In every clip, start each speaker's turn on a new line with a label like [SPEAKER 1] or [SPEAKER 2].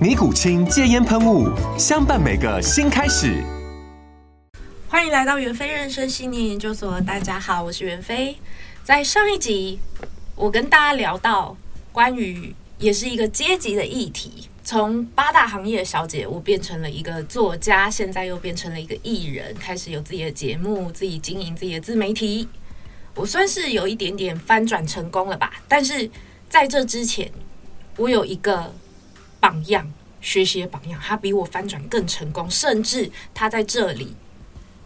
[SPEAKER 1] 尼古清戒烟喷雾，相伴每个新开始。
[SPEAKER 2] 欢迎来到袁飞人生信念研究所，大家好，我是袁飞。在上一集，我跟大家聊到关于也是一个阶级的议题，从八大行业小姐，我变成了一个作家，现在又变成了一个艺人，开始有自己的节目，自己经营自己的自媒体，我算是有一点点翻转成功了吧。但是在这之前，我有一个榜样，学习的榜样，他比我翻转更成功，甚至他在这里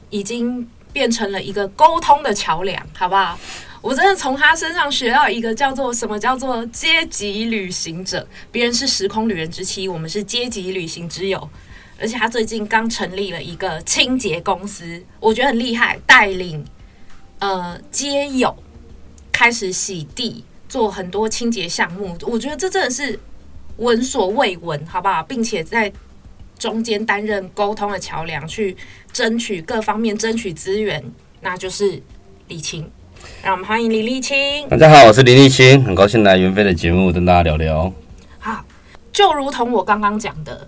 [SPEAKER 2] 已经变成了一个沟通的桥梁，好不好？我真的从他身上学到一个叫做什么叫做阶级旅行者，别人是时空旅人之妻，我们是阶级旅行之友。而且他最近刚成立了一个清洁公司，我觉得很厉害，带领呃街友开始洗地，做很多清洁项目。我觉得这真的是闻所未闻，好不好？并且在中间担任沟通的桥梁，去争取各方面争取资源，那就是李青。让我们欢迎李立青。
[SPEAKER 3] 大家好，我是林立清，很高兴来袁飞的节目跟大家聊聊。
[SPEAKER 2] 好，就如同我刚刚讲的，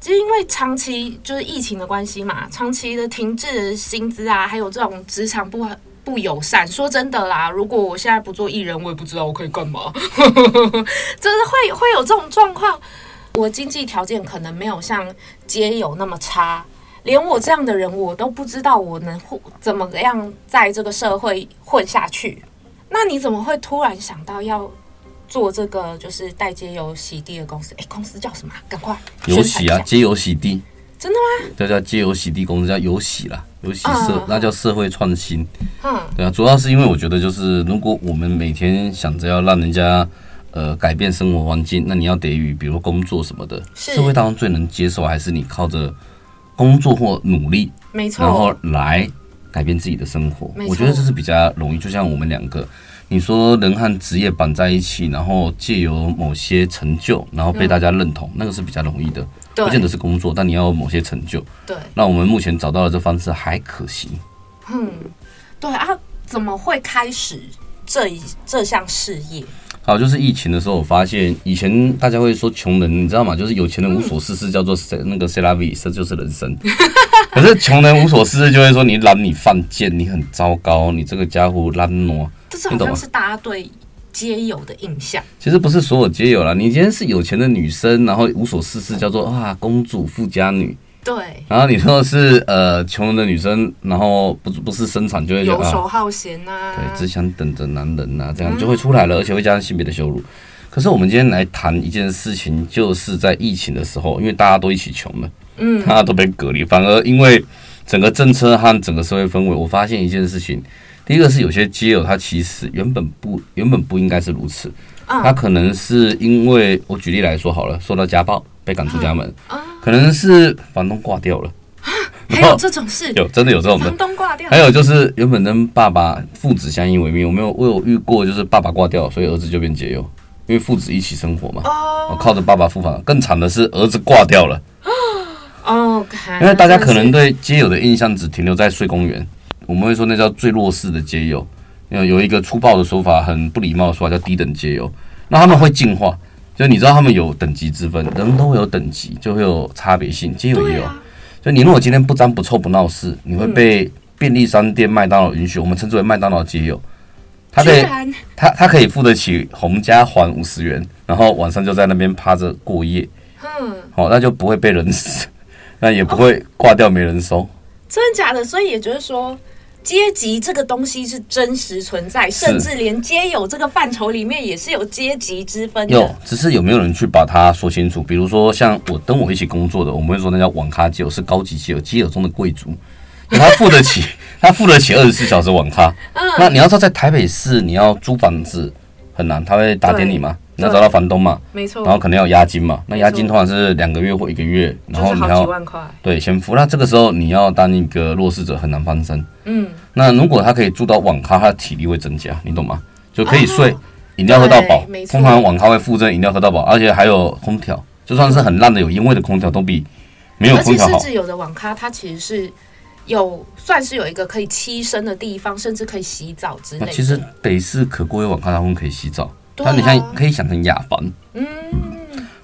[SPEAKER 2] 就是因为长期就是疫情的关系嘛，长期的停滞薪资啊，还有这种职场不不友善。说真的啦，如果我现在不做艺人，我也不知道我可以干嘛， 就是会会有这种状况。我经济条件可能没有像街友那么差，连我这样的人，我都不知道我能混怎么样在这个社会混下去。那你怎么会突然想到要做这个就是代街油洗地的公司，哎，公司叫什么啊？赶快
[SPEAKER 3] 有
[SPEAKER 2] 宣传
[SPEAKER 3] 洗
[SPEAKER 2] 一
[SPEAKER 3] 啊，
[SPEAKER 2] 下！
[SPEAKER 3] 街友洗地，
[SPEAKER 2] 真的
[SPEAKER 3] 这叫街友洗地公司，叫有洗啦，有洗
[SPEAKER 2] 嗯嗯
[SPEAKER 3] 社
[SPEAKER 2] 嗯，
[SPEAKER 3] 那叫社会创新。
[SPEAKER 2] 吗？
[SPEAKER 3] 对啊，主要是因为我觉得就是，如果我们每天想着要让人家呃改变生活环境，那你要得与比如工作什么的，
[SPEAKER 2] 是
[SPEAKER 3] 社会大众最能接受，还是你靠着工作或努力，
[SPEAKER 2] 嗯，没
[SPEAKER 3] 然后
[SPEAKER 2] 错，
[SPEAKER 3] 来改变自己的生活
[SPEAKER 2] 没。错
[SPEAKER 3] 我觉得这是比较容易。就像我们两个，你说人和职业绑在一起，然后借由某些成就，然后被大家认同，那个是比较容易的。不见得
[SPEAKER 2] 对
[SPEAKER 3] 是工作，但你要有某些成就。
[SPEAKER 2] 对，
[SPEAKER 3] 那我们目前找到的这方式还可行。
[SPEAKER 2] 嗯，对啊，怎么会开始这一这项事业？
[SPEAKER 3] 好，就是疫情的时候，我发现以前大家会说穷人，你知道吗？就是有钱人无所事事，叫做那个 c e l a v i 这就是 人生。可是穷人无所事事，就会说你懒，你犯贱，你很糟糕，你这个家伙懒惰。
[SPEAKER 2] 这是好
[SPEAKER 3] 你懂
[SPEAKER 2] 像
[SPEAKER 3] 吗
[SPEAKER 2] 是大家对街友的印象，
[SPEAKER 3] 其实不是所有皆有啦，你今天是有钱的女生，然后无所事事，叫做啊公主富家女。
[SPEAKER 2] 对，
[SPEAKER 3] 然后你说是呃穷人的女生，然后不不是生产就会觉
[SPEAKER 2] 游
[SPEAKER 3] 得
[SPEAKER 2] 手
[SPEAKER 3] 啊，
[SPEAKER 2] 好闲呐、
[SPEAKER 3] 对，只想等着男人呐、这样
[SPEAKER 2] 嗯
[SPEAKER 3] 就会出来了，而且会加上性别的羞辱。可是我们今天来谈一件事情，就是在疫情的时候，因为大家都一起穷了，
[SPEAKER 2] 嗯，
[SPEAKER 3] 大家都被隔离，反而因为整个政策和整个社会氛围，我发现一件事情，第一个是有些街友他其实原本不原本不应该是如此，他
[SPEAKER 2] 啊
[SPEAKER 3] 可能是因为我举例来说好了，受到家暴被赶出家门，
[SPEAKER 2] 啊
[SPEAKER 3] 可能是房东挂掉了，
[SPEAKER 2] 还有这种事，
[SPEAKER 3] 有真的有这种的
[SPEAKER 2] 房。东挂掉
[SPEAKER 3] 还，有就是原本跟爸爸父子相依为命，我没有我有遇过，就是爸爸挂掉，所以儿子就变解忧，因为父子一起生活嘛，我
[SPEAKER 2] 哦
[SPEAKER 3] 靠着爸爸付房。更惨的是儿子挂掉了，
[SPEAKER 2] ，OK，
[SPEAKER 3] 因为大家可能对街友的印象只停留在睡公园，我们会说那叫最弱势的街友。有有一个粗暴的说法，很不礼貌的说法叫低等街友。那他们会进化，就你知道他们有等级之分，人都会有等级，就会有差别性，街友也
[SPEAKER 2] 对
[SPEAKER 3] 有。
[SPEAKER 2] 啊，
[SPEAKER 3] 就你如果今天不脏不臭不闹事，你会被便利商店、麦当劳允许，我们称之为麦当劳街友。他
[SPEAKER 2] 居
[SPEAKER 3] 的
[SPEAKER 2] 然
[SPEAKER 3] 他他可以付得起红家还五十元，然后晚上就在那边趴着过夜，
[SPEAKER 2] 嗯，
[SPEAKER 3] 哦，那就不会被人死，那也不会挂掉没人收。
[SPEAKER 2] 真的假的？所以也就是说，阶级这个东西是真实存在，
[SPEAKER 3] 是
[SPEAKER 2] 甚至连街友这个范畴里面也是有阶级之分
[SPEAKER 3] 有
[SPEAKER 2] 的。，
[SPEAKER 3] 只是有没有人去把它说清楚？比如说，像我跟我一起工作的，我们会说那叫网咖基友，是高级基友，基友中的贵族，因为他付得起， 他付得起二十四小时网咖。
[SPEAKER 2] 嗯
[SPEAKER 3] 那你要知道，在台北市你要租房子很难，他会打点你嘛，你要找到房东嘛，
[SPEAKER 2] 没错
[SPEAKER 3] 然后可能要押金嘛，那押金
[SPEAKER 2] 没
[SPEAKER 3] 通常是两个月或一个月，然后你
[SPEAKER 2] 就是好几
[SPEAKER 3] 要
[SPEAKER 2] 万块。
[SPEAKER 3] 对先付。那这个时候你要当一个弱势者很难翻身。
[SPEAKER 2] 嗯，
[SPEAKER 3] 那如果他可以住到网咖，他的体力会增加，你懂吗？就可以睡，饮、料喝到饱
[SPEAKER 2] 哦对没。错
[SPEAKER 3] 通常网咖会附赠饮料喝到饱，而且还有空调，就算是很烂的有烟味的空调，都比没有
[SPEAKER 2] 而
[SPEAKER 3] 空
[SPEAKER 2] 且
[SPEAKER 3] 调
[SPEAKER 2] 甚
[SPEAKER 3] 好。
[SPEAKER 2] 至有的网咖，它其实是有算是有一个可以栖身的地方，甚至可以洗澡之类
[SPEAKER 3] 那
[SPEAKER 2] 的。
[SPEAKER 3] 其实北市可过有网咖，他们可以洗澡，
[SPEAKER 2] 对啊嗯
[SPEAKER 3] 但你像可以想成雅房。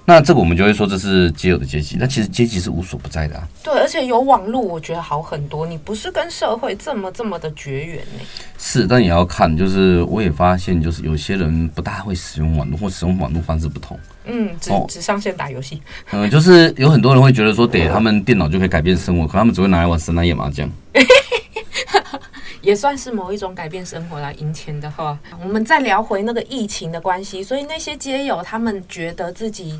[SPEAKER 3] 那这个我们就会说这是皆有的阶级，那其实阶级是无所不在的啊。
[SPEAKER 2] 对，而且有网络，我觉得好很多。你不是跟社会这么这么的绝缘欸呢、
[SPEAKER 3] 是，但也要看，就是我也发现，就是有些人不大会使用网络，或使用网络方式不同。
[SPEAKER 2] 嗯，只、
[SPEAKER 3] 哦
[SPEAKER 2] 只上线打游戏，
[SPEAKER 3] 嗯，就是有很多人会觉得说，得他们电脑就可以改变生活，可他们只会拿来玩神来野麻将。
[SPEAKER 2] 也算是某一种改变生活啦。赢钱的话，嗯我们再聊回那个疫情的关系，所以那些街友他们觉得自己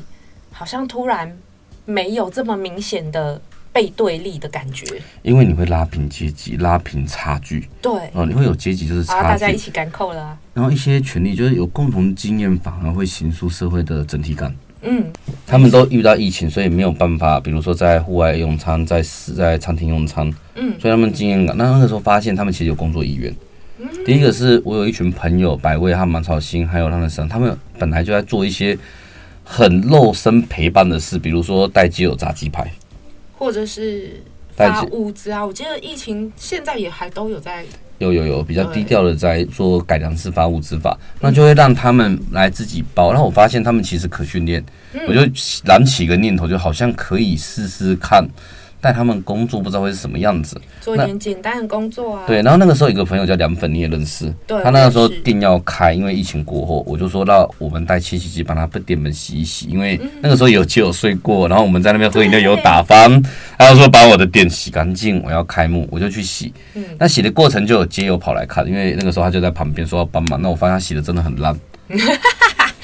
[SPEAKER 2] 好像突然没有这么明显的被对立的感觉。
[SPEAKER 3] 因为你会拉平阶级，拉平差距，
[SPEAKER 2] 对，
[SPEAKER 3] 哦，你会有阶级就是
[SPEAKER 2] 然后
[SPEAKER 3] 差
[SPEAKER 2] 大家一
[SPEAKER 3] 距，
[SPEAKER 2] 起赶扣了啊、
[SPEAKER 3] 然后一些权利就是有共同经验，反而会形塑社会的整体感。
[SPEAKER 2] 嗯，
[SPEAKER 3] 他们都遇到疫情，所以没有办法，比如说在户外用餐，在室在餐厅用餐，
[SPEAKER 2] 嗯
[SPEAKER 3] 所以他们经验感。那那个时候发现，他们其实有工作意愿。
[SPEAKER 2] 嗯
[SPEAKER 3] 第一个是我有一群朋友，百味和满草星，还有他们神，他们本来就在做一些很肉身陪伴的事，比如说带基友炸鸡排，
[SPEAKER 2] 或者是
[SPEAKER 3] 带
[SPEAKER 2] 发
[SPEAKER 3] 鸡
[SPEAKER 2] 物资啊。我记得疫情现在也还都有在
[SPEAKER 3] 有有有比较
[SPEAKER 2] 对
[SPEAKER 3] 低调的在做改良式发物执法，那就会让他们来自己包。然后我发现他们其实可训练，我就燃起一个念头，就好像可以试试看，带他们工作，不知道会是什么样子。
[SPEAKER 2] 做一点简单的工作啊。
[SPEAKER 3] 对，然后那个时候有一个朋友叫梁粉，你也认识，
[SPEAKER 2] 对
[SPEAKER 3] 他那个时候
[SPEAKER 2] 认识
[SPEAKER 3] 店要开，因为疫情过后，我就说那我们带清洗机帮他把店门洗一洗，因为那个时候有酒有睡过，然后我们在那边喝饮料有打翻，他就说把我的店洗干净，我要开幕，我就去洗。那洗的过程就有街友跑来看，因为那个时候他就在旁边说要帮忙，那我发现他洗的真的很烂。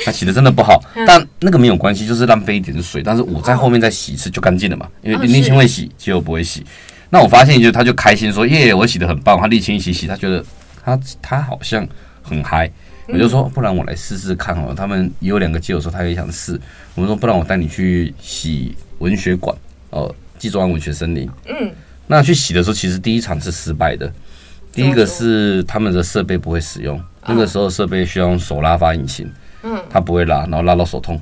[SPEAKER 3] 他洗的真的不好，但那个没有关系，就是浪费一点水。但是我在后面再洗一次就干净了嘛，因
[SPEAKER 2] 哦
[SPEAKER 3] 为林立
[SPEAKER 2] 是
[SPEAKER 3] 清会洗，基友不会洗。那我发现就是他就开心说耶，我洗的很棒，他沥青一起洗，他觉得他他好像很嗨。我就说，不然我来试试看哦。他们也有两个基友说他也想试，我们说不然我带你去洗文学馆哦，纪州湾文学森林。
[SPEAKER 2] 嗯，
[SPEAKER 3] 那去洗的时候，其实第一场是失败的。第一个是他们的设备不会使用，那个时候设备需要用手拉发引擎，
[SPEAKER 2] 啊嗯，
[SPEAKER 3] 他不会拉，然后拉到手痛。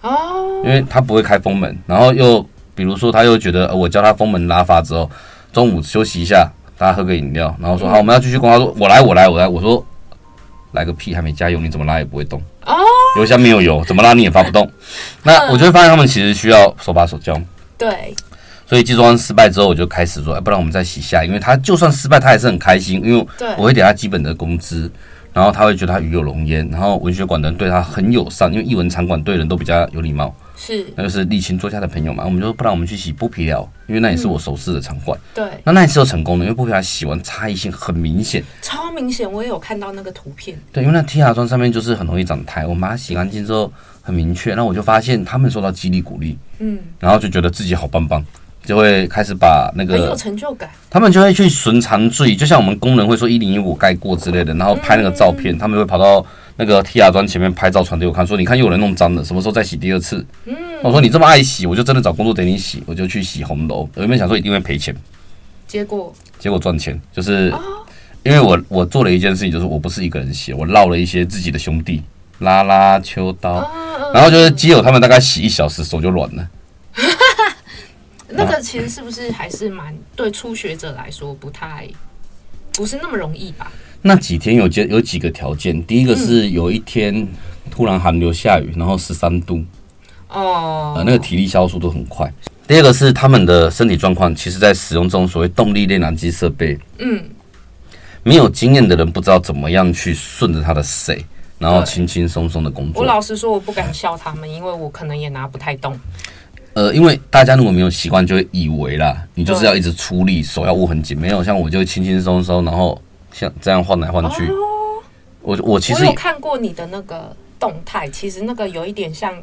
[SPEAKER 2] 哦，
[SPEAKER 3] 因为他不会开风门，然后又比如说他又觉得、呃我教他风门拉发之后，中午休息一下，大家喝个饮料，然后说
[SPEAKER 2] 嗯
[SPEAKER 3] 好我们要继续工作，他说我来我来我来，我说来个屁，还没加油，你怎么拉也不会动，
[SPEAKER 2] 哦，嗯
[SPEAKER 3] 油箱没有油，怎么拉你也发不动。那我就会发现他们其实需要手把手教。
[SPEAKER 2] 对，
[SPEAKER 3] 所以计算失败之后，我就开始说，哎，不然我们再洗下，因为他就算失败，他还是很开心，因为
[SPEAKER 2] 对
[SPEAKER 3] 我会给他基本的工资，然后他会觉得他与有荣焉，然后文学馆的人对他很友善，因为艺文场馆对人都比较有礼貌，
[SPEAKER 2] 是，
[SPEAKER 3] 那就是沥青作家的朋友嘛，我们就说不然我们去洗剥皮寮，因为那也是我熟识的场馆。
[SPEAKER 2] 对，
[SPEAKER 3] 那那一次就成功了，因为剥皮寮洗完差异性很明显，
[SPEAKER 2] 超明显，我也有看到那个图片。
[SPEAKER 3] 对，因为那啊 T R 砖上面就是很容易长苔，我们把它洗干净之后很明确，那我就发现他们受到激励鼓励，
[SPEAKER 2] 嗯，
[SPEAKER 3] 然后就觉得自己好棒棒，就会开始把那
[SPEAKER 2] 很有
[SPEAKER 3] 个
[SPEAKER 2] 成就感。
[SPEAKER 3] 他们就会去寻常罪，就像我们工人会说一零一五盖过之类的，然后拍那个照片，他们会跑到那个 T R 砖前面拍照传给我看，说你看又有人弄脏了，什么时候再洗第二次？我说你这么爱洗，我就真的找工作给你洗，我就去洗红楼。我原本想说一定会赔钱，
[SPEAKER 2] 结果
[SPEAKER 3] 结果赚钱，就是因为我我做了一件事情，就是我不是一个人洗，我绕了一些自己的兄弟，拉拉秋刀，然后就是基友他们大概洗一小时，手就软了。
[SPEAKER 2] 那个其实是不是还是蛮对初学者来说不太不是那么容易吧？
[SPEAKER 3] 那几天有接有几个条件，第一个是
[SPEAKER 2] 嗯
[SPEAKER 3] 有一天突然寒流下雨，然后十三度，
[SPEAKER 2] 哦，
[SPEAKER 3] 呃，那个体力消耗速度很快。第二个是他们的身体状况，其实在使用这种所谓动力炼燃机设备，
[SPEAKER 2] 嗯，
[SPEAKER 3] 没有经验的人不知道怎么样去顺着他的水，然后
[SPEAKER 2] 对
[SPEAKER 3] 轻轻松松的工
[SPEAKER 2] 我
[SPEAKER 3] 作。
[SPEAKER 2] 老实说，我不敢笑他们，因为我可能也拿不太动。
[SPEAKER 3] 呃，因为大家如果没有习惯，就会以为啦，你就是要一直出力，手要握很紧。没有，像我就轻轻松松，然后像这样换来换去。
[SPEAKER 2] 哦，
[SPEAKER 3] 我我其
[SPEAKER 2] 我
[SPEAKER 3] 实
[SPEAKER 2] 有看过你的那个动态，其实那个有一点像。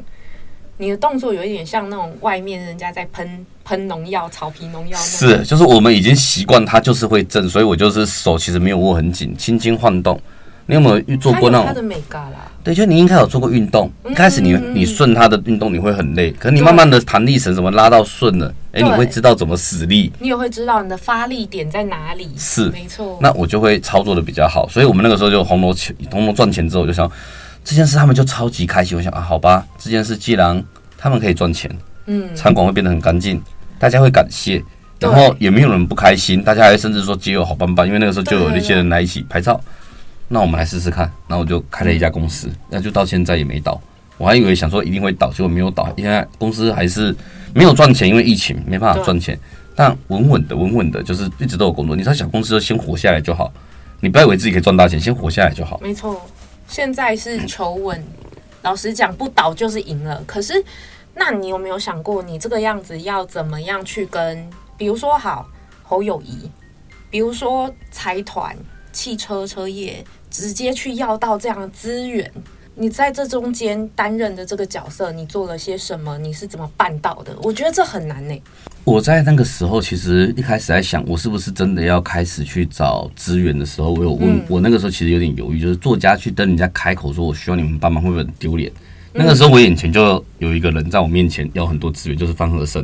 [SPEAKER 2] 你的动作有一点像那种外面人家在喷喷农药、草皮农药那种。
[SPEAKER 3] 是，就是我们已经习惯它就是会震，所以我就是手其实没有握很紧，轻轻晃动。你有没有做过那
[SPEAKER 2] 它有它的嗯
[SPEAKER 3] 种？
[SPEAKER 2] 美感啦，
[SPEAKER 3] 对，就你应该有做过运动。一开始你你顺它的运动你会很累，可是你慢慢的弹力绳怎么拉到顺了，哎，
[SPEAKER 2] 对
[SPEAKER 3] 你会知道怎么使力。
[SPEAKER 2] 你也会知道你的发力点在哪里。
[SPEAKER 3] 是
[SPEAKER 2] 没错。
[SPEAKER 3] 那我就会操作的比较好。所以我们那个时候就红楼钱，红楼赚钱之后，我就想这件事他们就超级开心。我想啊，好吧，这件事既然他们可以赚钱，
[SPEAKER 2] 嗯，
[SPEAKER 3] 餐馆会变得很干净，大家会感谢，
[SPEAKER 2] 对
[SPEAKER 3] 然后也没有人不开心，大家还甚至说街友好棒棒，因为那个时候就有一些人来一起拍照。那我们来试试看，然后我就开了一家公
[SPEAKER 2] 嗯
[SPEAKER 3] 司，那就到现在也没倒。我还以为想说一定会倒，结果没有倒，因为公司还是没有赚钱，因为疫情没办法
[SPEAKER 2] 对
[SPEAKER 3] 赚钱。但稳稳的，稳稳的，就是一直都有工作。你知道小公司就先活下来就好，你不要以为自己可以赚大钱，先活下来就好。
[SPEAKER 2] 没错，现在是求稳。老实讲，不倒就是赢了。可是，那你有没有想过，你这个样子要怎么样去跟，比如说好侯友谊，比如说财团、汽车车业，直接去要到这样的资源？你在这中间担任的这个角色，你做了些什么？你是怎么办到的？我觉得这很难呢、欸
[SPEAKER 3] 我在那个时候，其实一开始在想，我是不是真的要开始去找资源的时候，我有问、
[SPEAKER 2] 嗯
[SPEAKER 3] 我那个时候其实有点犹豫，就是作家去跟人家开口说我需要你们帮忙，会不会很丢脸？那个时候我眼前就有一个人在我面前要很多资源，就是方和生。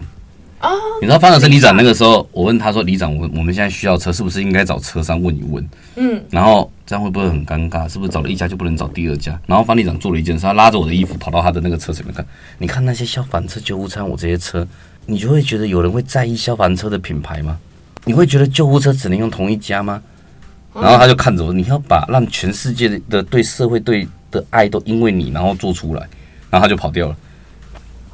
[SPEAKER 2] 哦，
[SPEAKER 3] 你知道方和生里长那个时候，我问他说：“里长，我我们现在需要车，是不是应该找车商问一问？
[SPEAKER 2] 嗯，
[SPEAKER 3] 然后这样会不会很尴尬？是不是找了一家就不能找第二家？然后方里长做了一件事，他拉着我的衣服跑到他的那个车前面看，你看那些消防车、救护车，我这些车，你就会觉得有人会在意消防车的品牌吗？你会觉得救护车只能用同一家吗？然后他就看着我，你要把让全世界的的对社会对的爱都因为你然后做出来，然后他就跑掉了，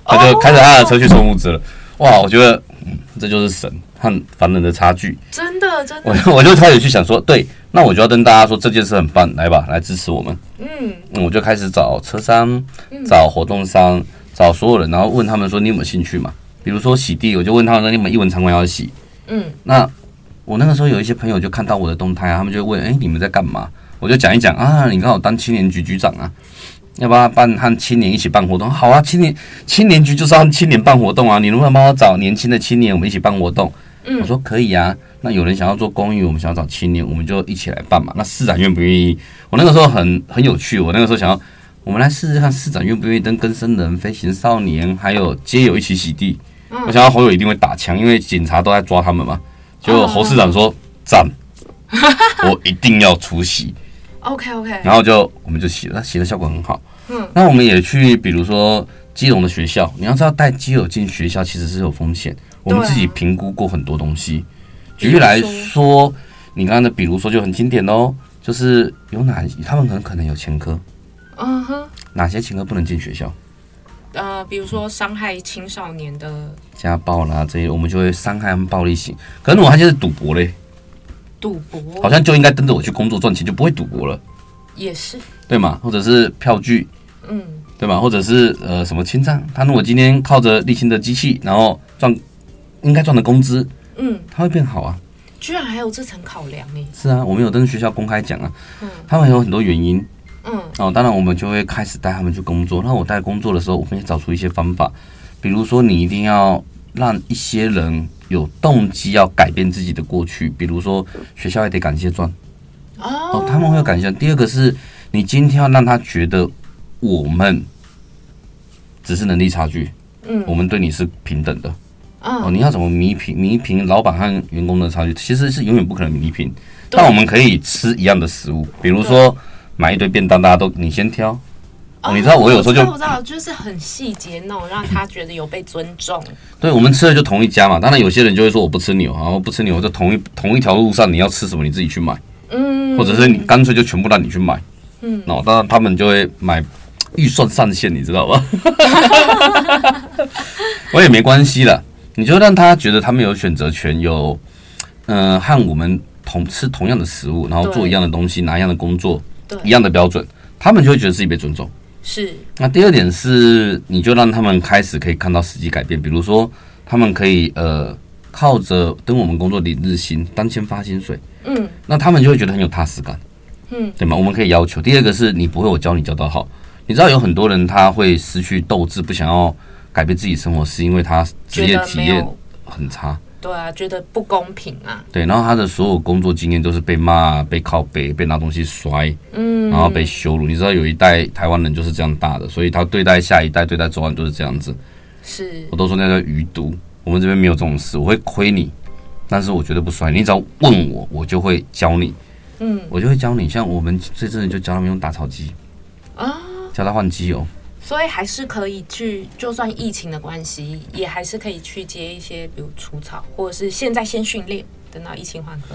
[SPEAKER 3] 他就开着他的车去送物资了。哇，我觉得、嗯、这就是神和凡人的差距。
[SPEAKER 2] 真的真的，
[SPEAKER 3] 我我就开 始去想说，对，那我就要跟大家说这件事很棒，来吧，来支持我们。
[SPEAKER 2] 嗯，
[SPEAKER 3] 嗯，我就开始找车商、找活动商、找所有人，然后问他们说你有没有兴趣嘛？比如说洗地，我就问他们说你们一文场馆要洗。
[SPEAKER 2] 嗯，
[SPEAKER 3] 那我那个时候有一些朋友就看到我的动态啊，他们就问，哎、你们在干嘛？我就讲一讲啊，你刚好当青年局局长啊，要不要办和青年一起办活动？好啊，青年青年局就是要青年办活动啊，你能不能帮我找年轻的青年，我们一起办活动？我说可以啊，那有人想要做公益，我们想要找青年，我们就一起来办嘛。那市长愿不愿意？我那个时候很很有趣，我那个时候想要，我们来试试看市长愿不愿意跟更生人、飞行少年还有街友一起洗地。我想到侯友一定会打枪，因为警察都在抓他们嘛。结果侯市长说赞，我一定要出席。
[SPEAKER 2] OK OK，
[SPEAKER 3] 然后就我们就洗了，洗的效果很好。嗯，那我们也去，比如说基隆的学校，你要知道带基友进学校其实是有风险，我们
[SPEAKER 2] 对啊
[SPEAKER 3] 自己评估过很多东西。举例来说，你刚刚的比如说就很经典哦，就是有哪他们很可能有前科，
[SPEAKER 2] 嗯哼，
[SPEAKER 3] 哪些前科不能进学校？
[SPEAKER 2] 呃，比如说伤害青少年的
[SPEAKER 3] 家暴啦这些，我们就会伤害他们暴力型。可是我他就是赌博嘞，
[SPEAKER 2] 赌博，
[SPEAKER 3] 好像就应该跟着我去工作赚钱，就不会赌博了，
[SPEAKER 2] 也是，
[SPEAKER 3] 对吗？或者是票据，
[SPEAKER 2] 嗯，
[SPEAKER 3] 对吧？或者是呃什么侵占？他如果今天靠着立新的机器，然后赚应该赚的工资，
[SPEAKER 2] 嗯，
[SPEAKER 3] 他会变好啊。
[SPEAKER 2] 居然还有这层考量哎，
[SPEAKER 3] 是啊，我们有跟学校公开讲啊
[SPEAKER 2] 嗯，
[SPEAKER 3] 他们有很多原因
[SPEAKER 2] 嗯，
[SPEAKER 3] 哦。当然，我们就会开始带他们去工作。那我带工作的时候，我们也找出一些方法，比如说你一定要让一些人有动机要改变自己的过去，比如说学校也得感谢状。哦
[SPEAKER 2] 哦，，
[SPEAKER 3] 他们会有感想。第二个是你今天要让他觉得我们只是能力差距，
[SPEAKER 2] 嗯
[SPEAKER 3] 我们对你是平等的。哦，
[SPEAKER 2] 嗯，
[SPEAKER 3] 你要怎么弥平弥平老板和员工的差距？其实是永远不可能弥平，
[SPEAKER 2] 对
[SPEAKER 3] 但我们可以吃一样的食物，比如说买一堆便当，大家都你先挑。哦你知道我有时候就
[SPEAKER 2] 我知道我知道，就是很细节那种，让他觉得有被尊重，
[SPEAKER 3] 对，我们吃的就同一家嘛。当然，有些人就会说我不吃牛，然后不吃牛，就同一同一条路上你要吃什么你自己去买。
[SPEAKER 2] 嗯，
[SPEAKER 3] 或者是你干脆就全部让你去买，
[SPEAKER 2] 嗯
[SPEAKER 3] 嗯，那当然他们就会买预算上限，你知 道吧？我也没关系啦，你就让他觉得他们有选择权，有嗯、呃和我们同吃同样的食物，然后做
[SPEAKER 2] 对
[SPEAKER 3] 一样的东西，拿一样的工作
[SPEAKER 2] 对，
[SPEAKER 3] 一样的标准，他们就会觉得自己被尊重。
[SPEAKER 2] 是
[SPEAKER 3] 那第二点是，你就让他们开始可以看到实际改变，比如说他们可以呃靠着跟我们工作领日薪，当先发薪水，
[SPEAKER 2] 嗯
[SPEAKER 3] 那他们就会觉得很有踏实感，
[SPEAKER 2] 嗯，
[SPEAKER 3] 对吗？我们可以要求。第二个是你不会，我教你教到好。你知道有很多人他会失去斗志，不想要改变自己生活，是因为他职
[SPEAKER 2] 觉
[SPEAKER 3] 业
[SPEAKER 2] 得
[SPEAKER 3] 体
[SPEAKER 2] 没
[SPEAKER 3] 验
[SPEAKER 2] 有
[SPEAKER 3] 很差，
[SPEAKER 2] 对啊，觉得不公平啊，
[SPEAKER 3] 对，然后他的所有工作经验都是被骂、被靠背、被拿东西摔，
[SPEAKER 2] 嗯，
[SPEAKER 3] 然后被羞辱。你知道有一代台湾人就是这样大的，所以他对待下一代、对待周安都是这样子。
[SPEAKER 2] 是
[SPEAKER 3] 我都说那叫余毒，我们这边没有这种事，我会亏你，但是我绝对不甩你。你只要问我，我就会教你，
[SPEAKER 2] 嗯
[SPEAKER 3] 我就会教你。像我们这阵子就教他们用打草机，
[SPEAKER 2] 啊，
[SPEAKER 3] 教他换机油。
[SPEAKER 2] 所以还是可以去，就算疫情的关系，也还是可以去接一些，比如除草，或者是现在先训练，等到疫情缓和，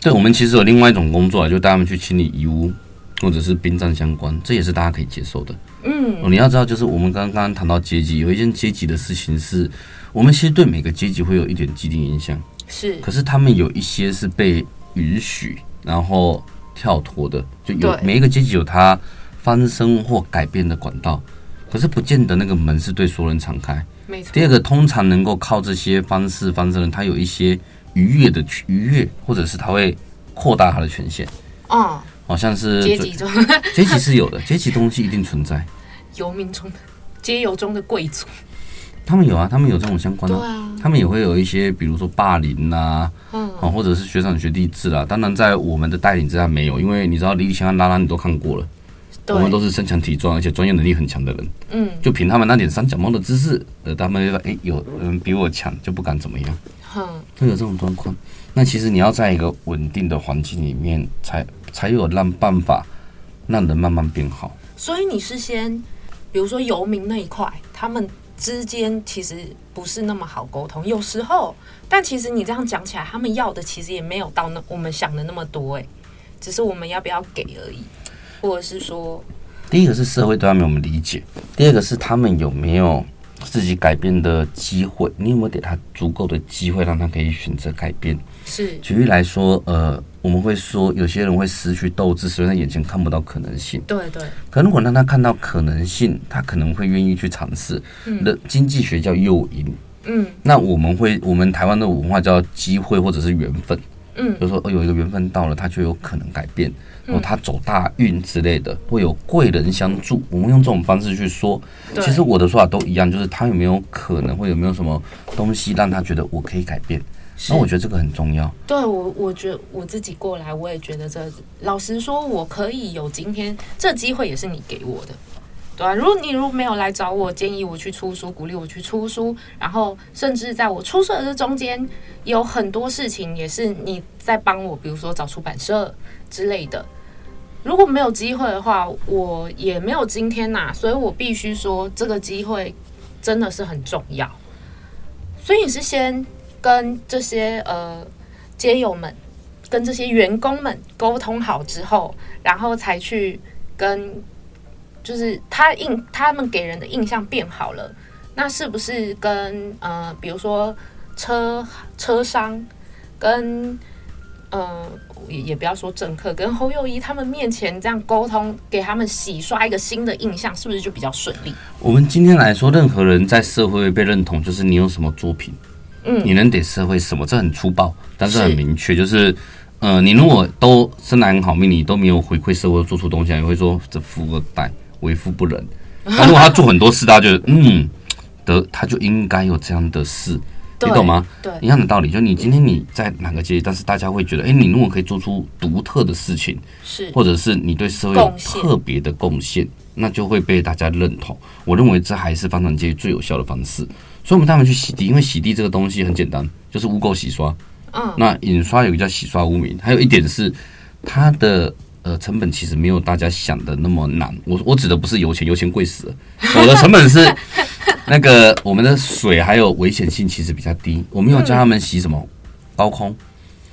[SPEAKER 3] 对，我们其实有另外一种工作啊，就带他们去清理遗物，或者是殡葬相关，这也是大家可以接受的。
[SPEAKER 2] 嗯
[SPEAKER 3] 哦，你要知道，就是我们刚刚谈到阶级，有一件阶级的事情是，我们其实对每个阶级会有一点既定印象，
[SPEAKER 2] 是
[SPEAKER 3] 可是他们有一些是被允许，然后跳脱的，就有
[SPEAKER 2] 对
[SPEAKER 3] 每一个阶级有他翻身或改变的管道，可是不见得那个门是对所有人敞开。
[SPEAKER 2] 没错
[SPEAKER 3] 第，二个，通常能够靠这些方式翻身的人，他有一些愉悦的愉悦，或者是他会扩大他的权限，
[SPEAKER 2] 哦，
[SPEAKER 3] 好、像是
[SPEAKER 2] 阶级中
[SPEAKER 3] 阶级是有的，阶级东西一定存在。
[SPEAKER 2] 游民中的街游中的贵族，
[SPEAKER 3] 他们有啊，他们有这种相关的，
[SPEAKER 2] 对啊
[SPEAKER 3] 他们也会有一些，比如说霸凌呐、
[SPEAKER 2] 嗯
[SPEAKER 3] 啊，或者是学长学弟制啦、当然，在我们的带领之下没有，因为你知道李李强、拉拉你都看过了，
[SPEAKER 2] 对
[SPEAKER 3] 我，们都是身强体壮，而且专业能力很强的人，
[SPEAKER 2] 嗯
[SPEAKER 3] 就凭他们那点三脚猫的姿势，呃，他们就说，哎、有人比我强，就不敢怎么样，
[SPEAKER 2] 哼，
[SPEAKER 3] 会有这种状况。那其实你要在一个稳定的环境里面，才才有让办法让人慢慢变好。
[SPEAKER 2] 所以你是先，比如说游民那一块，他们之间其实不是那么好沟通，有时候，但其实你这样讲起来，他们要的其实也没有到那我们想的那么多、哎，只是我们要不要给而已，或者是说，
[SPEAKER 3] 第一个是社会对他们有没有理解，第二个是他们有没有自己改变的机会，你有没有给他足够的机会让他可以选择改变？
[SPEAKER 2] 是
[SPEAKER 3] 举例来说，呃，我们会说有些人会失去斗志，是因为他眼前看不到可能性。
[SPEAKER 2] 对对，
[SPEAKER 3] 可如果让他看到可能性，他可能会愿意去尝试。人经济学叫诱因，
[SPEAKER 2] 嗯
[SPEAKER 3] 那我们会，我们台湾的文化叫机会或者是缘分，
[SPEAKER 2] 嗯嗯
[SPEAKER 3] 比如说哦有一个缘分到了，他就有可能改变，然后他走大运之类的，会有贵人相助。我们用这种方式去说，
[SPEAKER 2] 对
[SPEAKER 3] 其实我的说法都一样，就是他有没有可能，会有没有什么东西让他觉得我可以改变。那我觉得这个很重要。
[SPEAKER 2] 对我，我觉得我自己过来，我也觉得这，老实说，我可以有今天，这机会也是你给我的，对啊，如果你如果没有来找我，建议我去出书，鼓励我去出书，然后甚至在我出书的这中间，有很多事情也是你在帮我，比如说找出版社之类的。如果没有机会的话，我也没有今天呐、所以我必须说这个机会真的是很重要。所以你是先跟这些呃街友们、跟这些员工们沟通好之后，然后才去跟，就是他印他们给人的印象变好了，那是不是跟呃，比如说车车商跟呃，也也不要说政客跟侯友谊他们面前这样沟通，给他们洗刷一个新的印象，是不是就比较顺利？
[SPEAKER 3] 我们今天来说，任何人在社会被认同，就是你有什么作品，
[SPEAKER 2] 嗯
[SPEAKER 3] 你能给社会什么，这很粗暴，但是很
[SPEAKER 2] 是
[SPEAKER 3] 明确，就是，呃，你如果都生来很好命，你都没有回馈社会做出东西来，你会说这富二代为富 不仁。但如果他做很多事，大家觉得，嗯，得他就应该有这样的事，你
[SPEAKER 2] 对
[SPEAKER 3] 懂吗？
[SPEAKER 2] 对
[SPEAKER 3] 一样的道理，就你今天你在哪个阶级，但是大家会觉得，哎、你如果可以做出独特的事情，
[SPEAKER 2] 是
[SPEAKER 3] 或者是你对社会有
[SPEAKER 2] 贡献
[SPEAKER 3] 特别的贡献，那就会被大家认同。我认为这还是房产界最有效的方式。所以我们带他们去洗地，因为洗地这个东西很简单，就是污垢洗刷。
[SPEAKER 2] 嗯
[SPEAKER 3] 那印刷有一个叫洗刷污名，还有一点是它的呃成本其实没有大家想的那么难。我我指的不是油钱，油钱贵死了，我的成 本是那个我们的水还有危险性其实比较低。我没有教他们洗什么
[SPEAKER 2] 嗯
[SPEAKER 3] 高空，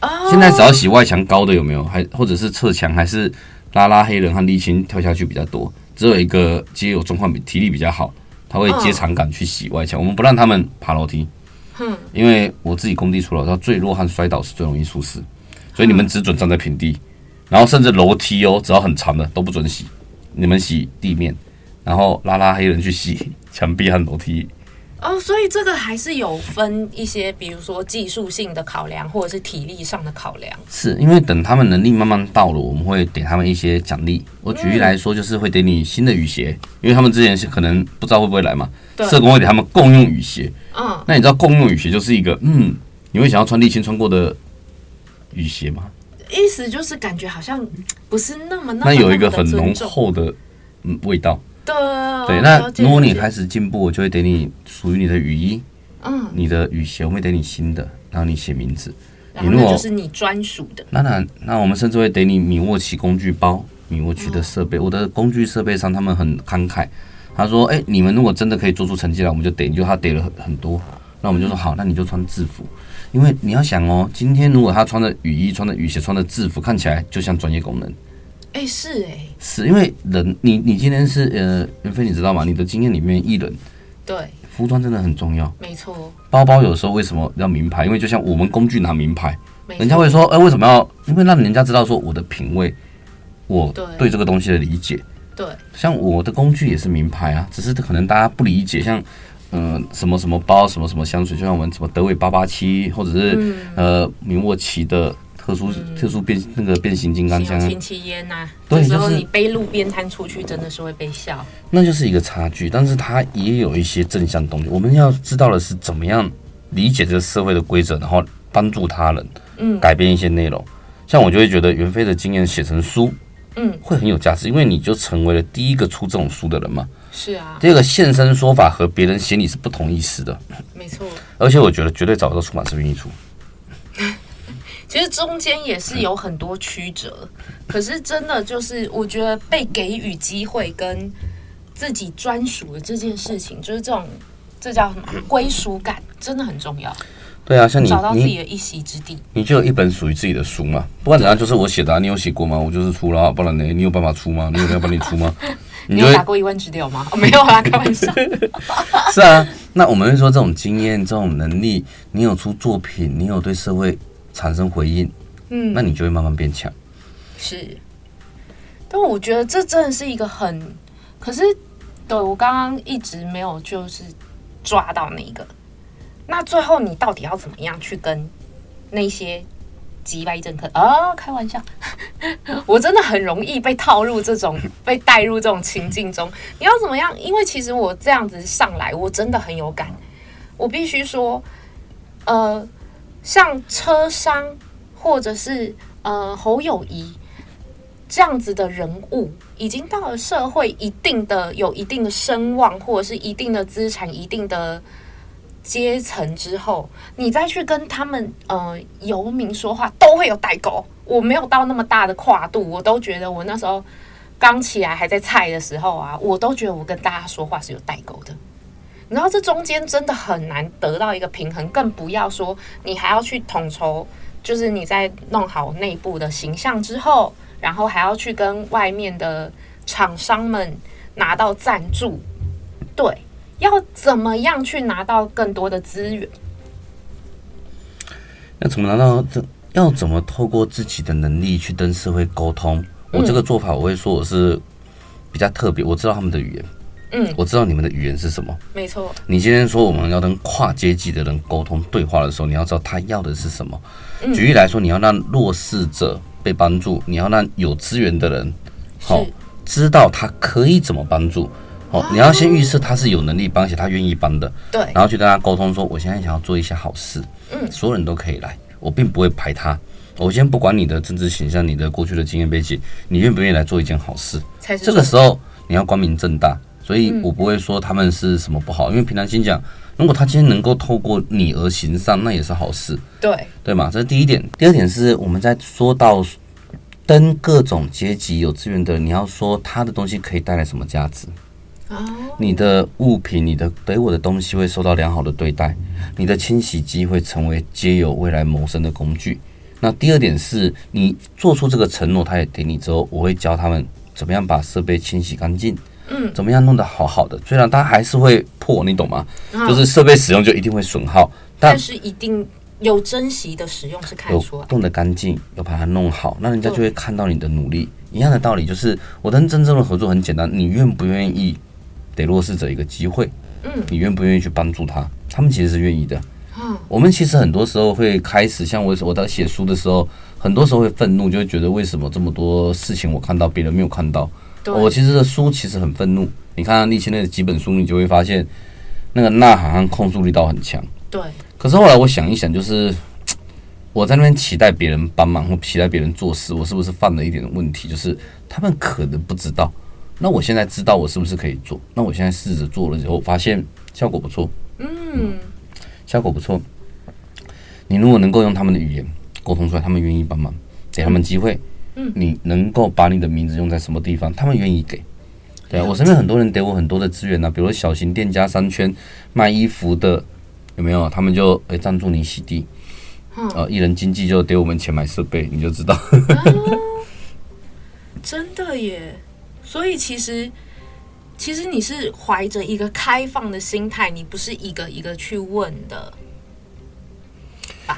[SPEAKER 2] 哦
[SPEAKER 3] 现在只要洗外墙高的有没有？还或者是侧墙，还是拉拉黑人和沥青跳下去比较多。只有一个街友状况比体力比较好，他会接长杆去洗外墙。我们不让他们爬楼梯，
[SPEAKER 2] 嗯
[SPEAKER 3] 因为我自己工地出了，他坠落和摔倒是最容易出事，所以你们只准站在平地，然后甚至楼梯哦，只要很长的都不准洗，你们洗地面。然后拉拉黑人去吸墙壁和楼梯。
[SPEAKER 2] 哦，所以这个还是有分一些，比如说技术性的考量，或者是体力上的考量。
[SPEAKER 3] 是因为等他们能力慢慢到了，我们会给他们一些奖励。我举例来说，就是会给你新的雨鞋，因为他们之前是可能不知道会不会来嘛，
[SPEAKER 2] 对
[SPEAKER 3] 社工会给他们共用雨鞋。
[SPEAKER 2] 嗯，
[SPEAKER 3] 那你知道共用雨鞋就是一个，嗯，你会想要穿沥青穿过的雨鞋吗？
[SPEAKER 2] 意思就是感觉好像不是那么那么
[SPEAKER 3] 那有一个
[SPEAKER 2] 那么
[SPEAKER 3] 很
[SPEAKER 2] 地
[SPEAKER 3] 浓
[SPEAKER 2] 尊重
[SPEAKER 3] 厚的嗯味道。
[SPEAKER 2] 对哦
[SPEAKER 3] 对，那
[SPEAKER 2] 了解
[SPEAKER 3] 如果你
[SPEAKER 2] 了解
[SPEAKER 3] 开始进步，我就会给你属于你的雨衣、
[SPEAKER 2] 嗯，
[SPEAKER 3] 你的雨鞋，我们会给你新的，然后你写名字。
[SPEAKER 2] 然
[SPEAKER 3] 你
[SPEAKER 2] 后
[SPEAKER 3] 如
[SPEAKER 2] 那
[SPEAKER 3] 果
[SPEAKER 2] 就是你专属的
[SPEAKER 3] 那那那我们甚至会给你米沃奇工具包、米沃奇的设备。我的工具设备上他们很慷慨，他说：“哎、你们如果真的可以做出成绩来，我们就给你。”就他给了很很多，那我们就说好，那你就穿制服，因为你要想哦，今天如果他穿着雨衣、穿着雨鞋、穿着制服，看起来就像专业功能。
[SPEAKER 2] 哎、是哎、
[SPEAKER 3] 是因为人，你你今天是呃，袁飞，你知道吗？你的经验里面，艺人
[SPEAKER 2] 对，
[SPEAKER 3] 服装真的很重要。
[SPEAKER 2] 没错，
[SPEAKER 3] 包包有时候为什么要名牌？因为就像我们工具拿名牌，
[SPEAKER 2] 没错
[SPEAKER 3] 人家会说，哎、为什么要？因为让人家知道说我的品味，我
[SPEAKER 2] 对
[SPEAKER 3] 对这个东西的理解。
[SPEAKER 2] 对，
[SPEAKER 3] 像我的工具也是名牌啊，只是可能大家不理解，像。嗯、什么什么包，什么什么香水，就像我们什么德伟八八七，或者是、呃米沃奇的特殊、特殊变那个变嗯形金刚
[SPEAKER 2] 有
[SPEAKER 3] 枪，
[SPEAKER 2] 亲戚烟呐、
[SPEAKER 3] 对
[SPEAKER 2] 有时候
[SPEAKER 3] 就是
[SPEAKER 2] 你背路边摊出去，真的是会被笑。
[SPEAKER 3] 那就是一个差距。但是它也有一些正向东西，我们要知道的是怎么样理解这个社会的规则，然后帮助他人。
[SPEAKER 2] 嗯
[SPEAKER 3] 改编一些内容。像我就会觉得袁飞的经验写成书
[SPEAKER 2] 嗯，
[SPEAKER 3] 会很有价值，因为你就成为了第一个出这种书的人嘛。
[SPEAKER 2] 是啊，
[SPEAKER 3] 第二个现身说法和别人写你是不同意思的，
[SPEAKER 2] 没错。
[SPEAKER 3] 而且我觉得绝对找得到出版社愿意出。
[SPEAKER 2] 其实中间也是有很多曲折，可是真的就是我觉得被给予机会跟自己专属的这件事情，就是这种这叫什么归属感，真的很重要。
[SPEAKER 3] 对啊，像你
[SPEAKER 2] 找到自己
[SPEAKER 3] 你
[SPEAKER 2] 的一席之地，
[SPEAKER 3] 你就有一本属于自己的书嘛，不管怎样就是我写的、啊，你有写过吗？我就是出了啊，不然呢？你有办法出吗？你有人要帮 你出吗？
[SPEAKER 2] 你
[SPEAKER 3] 你就
[SPEAKER 2] 有
[SPEAKER 3] 会
[SPEAKER 2] 打过一万只鸟吗？哦，没有啊，开玩笑。
[SPEAKER 3] 是啊，那我们会说这种经验、这种能力，你有出作品，你有对社会产生回应，
[SPEAKER 2] 嗯
[SPEAKER 3] 那，你就会慢慢变强。
[SPEAKER 2] 是，但我觉得这真的是一个很，可是对我刚刚一直没有就是抓到那一个。那最后你到底要怎么样去跟那些击败政客啊、开玩笑， 我真的很容易被套入这种 被带入这种情境中。你要怎么样？因为其实我这样子上来，我真的很有感。我必须说，呃，像车商或者是呃侯友谊这样子的人物，已经到了社会一定的有一定的声望，或者是一定的资产、一定的阶层之后，你再去跟他们呃游民说话，都会有代沟。我没有到那么大的跨度，我都觉得我那时候刚起来还在菜的时候啊，我都觉得我跟大家说话是有代沟的。你知道这中间真的很难得到一个平衡，更不要说你还要去统筹就是你在弄好内部的形象之后，然后还要去跟外面的厂商们拿到赞助，对，要怎么样去拿到更多的资源？
[SPEAKER 3] 要怎么拿到这？要怎么透过自己的能力去跟社会沟通？
[SPEAKER 2] 嗯
[SPEAKER 3] 我这个做法，我会说我是比较特别，我知道他们的语言，
[SPEAKER 2] 嗯，
[SPEAKER 3] 我知道你们的语言是什么。
[SPEAKER 2] 没错，
[SPEAKER 3] 你今天说我们要跟跨阶级的人沟通对话的时候，你要知道他要的是什么。举例来说，你要让弱势者被帮助，你要让有资源的人好、
[SPEAKER 2] 是
[SPEAKER 3] 知道他可以怎么帮助。哦，你要先预设他是有能力帮，而且他愿意帮的。
[SPEAKER 2] 啊对，
[SPEAKER 3] 然后去跟他沟通说，我现在想要做一些好事，
[SPEAKER 2] 嗯
[SPEAKER 3] 所有人都可以来，我并不会排他。我先不管你的政治倾向、你的过去的经验背景，你愿不愿意来做一件好事？
[SPEAKER 2] 才是
[SPEAKER 3] 这个
[SPEAKER 2] 重
[SPEAKER 3] 时候你要光明正大，所以我不会说他们是什么不好，因为平常心讲，如果他今天能够透过你而行善，那也是好事，
[SPEAKER 2] 对，
[SPEAKER 3] 对吗？这是第一点。第二点是我们在说到跟各种阶级有资源的人，你要说他的东西可以带来什么价值。
[SPEAKER 2] 哦，
[SPEAKER 3] 你的物品、你的给我的东西会受到良好的对待，你的清洗机会成为皆有未来谋生的工具。那第二点是你做出这个承诺，他也给你之后，我会教他们怎么样把设备清洗干净，
[SPEAKER 2] 嗯，
[SPEAKER 3] 怎么样弄得好好的。虽然它还是会破，你懂吗？就是设备使用就一定会损耗，但
[SPEAKER 2] 但是一定有珍惜的使用是看得啊
[SPEAKER 3] 有
[SPEAKER 2] 出来，
[SPEAKER 3] 弄得干净，有把它弄好，那人家就
[SPEAKER 2] 对
[SPEAKER 3] 会看到你的努力。一样的道理，就是我跟真正的合作很简单，你愿不愿意给弱势者一个机会，
[SPEAKER 2] 嗯
[SPEAKER 3] 你愿不愿意去帮助他？他们其实是愿意的。
[SPEAKER 2] 嗯
[SPEAKER 3] 我们其实很多时候会开始，像我我在写书的时候，很多时候会愤怒，就会觉得为什么这么多事情我看到，别人没有看到。
[SPEAKER 2] 对
[SPEAKER 3] 我其实的书其实很愤怒，你看立青那几本书，你就会发现那个呐喊和控诉力道很强。
[SPEAKER 2] 对
[SPEAKER 3] 可是后来我想一想，就是我在那边期待别人帮忙或期待别人做事，我是不是犯了一点问题？就是他们可能不知道，那我现在知道我是不是可以做？那我现在试着做了之后，发现效果不错，
[SPEAKER 2] 嗯
[SPEAKER 3] 效果不错。你如果能够用他们的语言沟通出来，他们愿意帮忙，给他们机会。
[SPEAKER 2] 嗯
[SPEAKER 3] 你能够把你的名字用在什么地方，他们愿意给。对啊，我身边很多人给我很多的资源啊呐、比如说小型店家商圈卖衣服的，有没有？他们就诶赞助你洗地，
[SPEAKER 2] 嗯
[SPEAKER 3] 呃，一人经济就给我们钱买设备，你就 知道。
[SPEAKER 2] 真的耶！所以其实，其实你是怀着一个开放的心态，你不是一个一个去问的。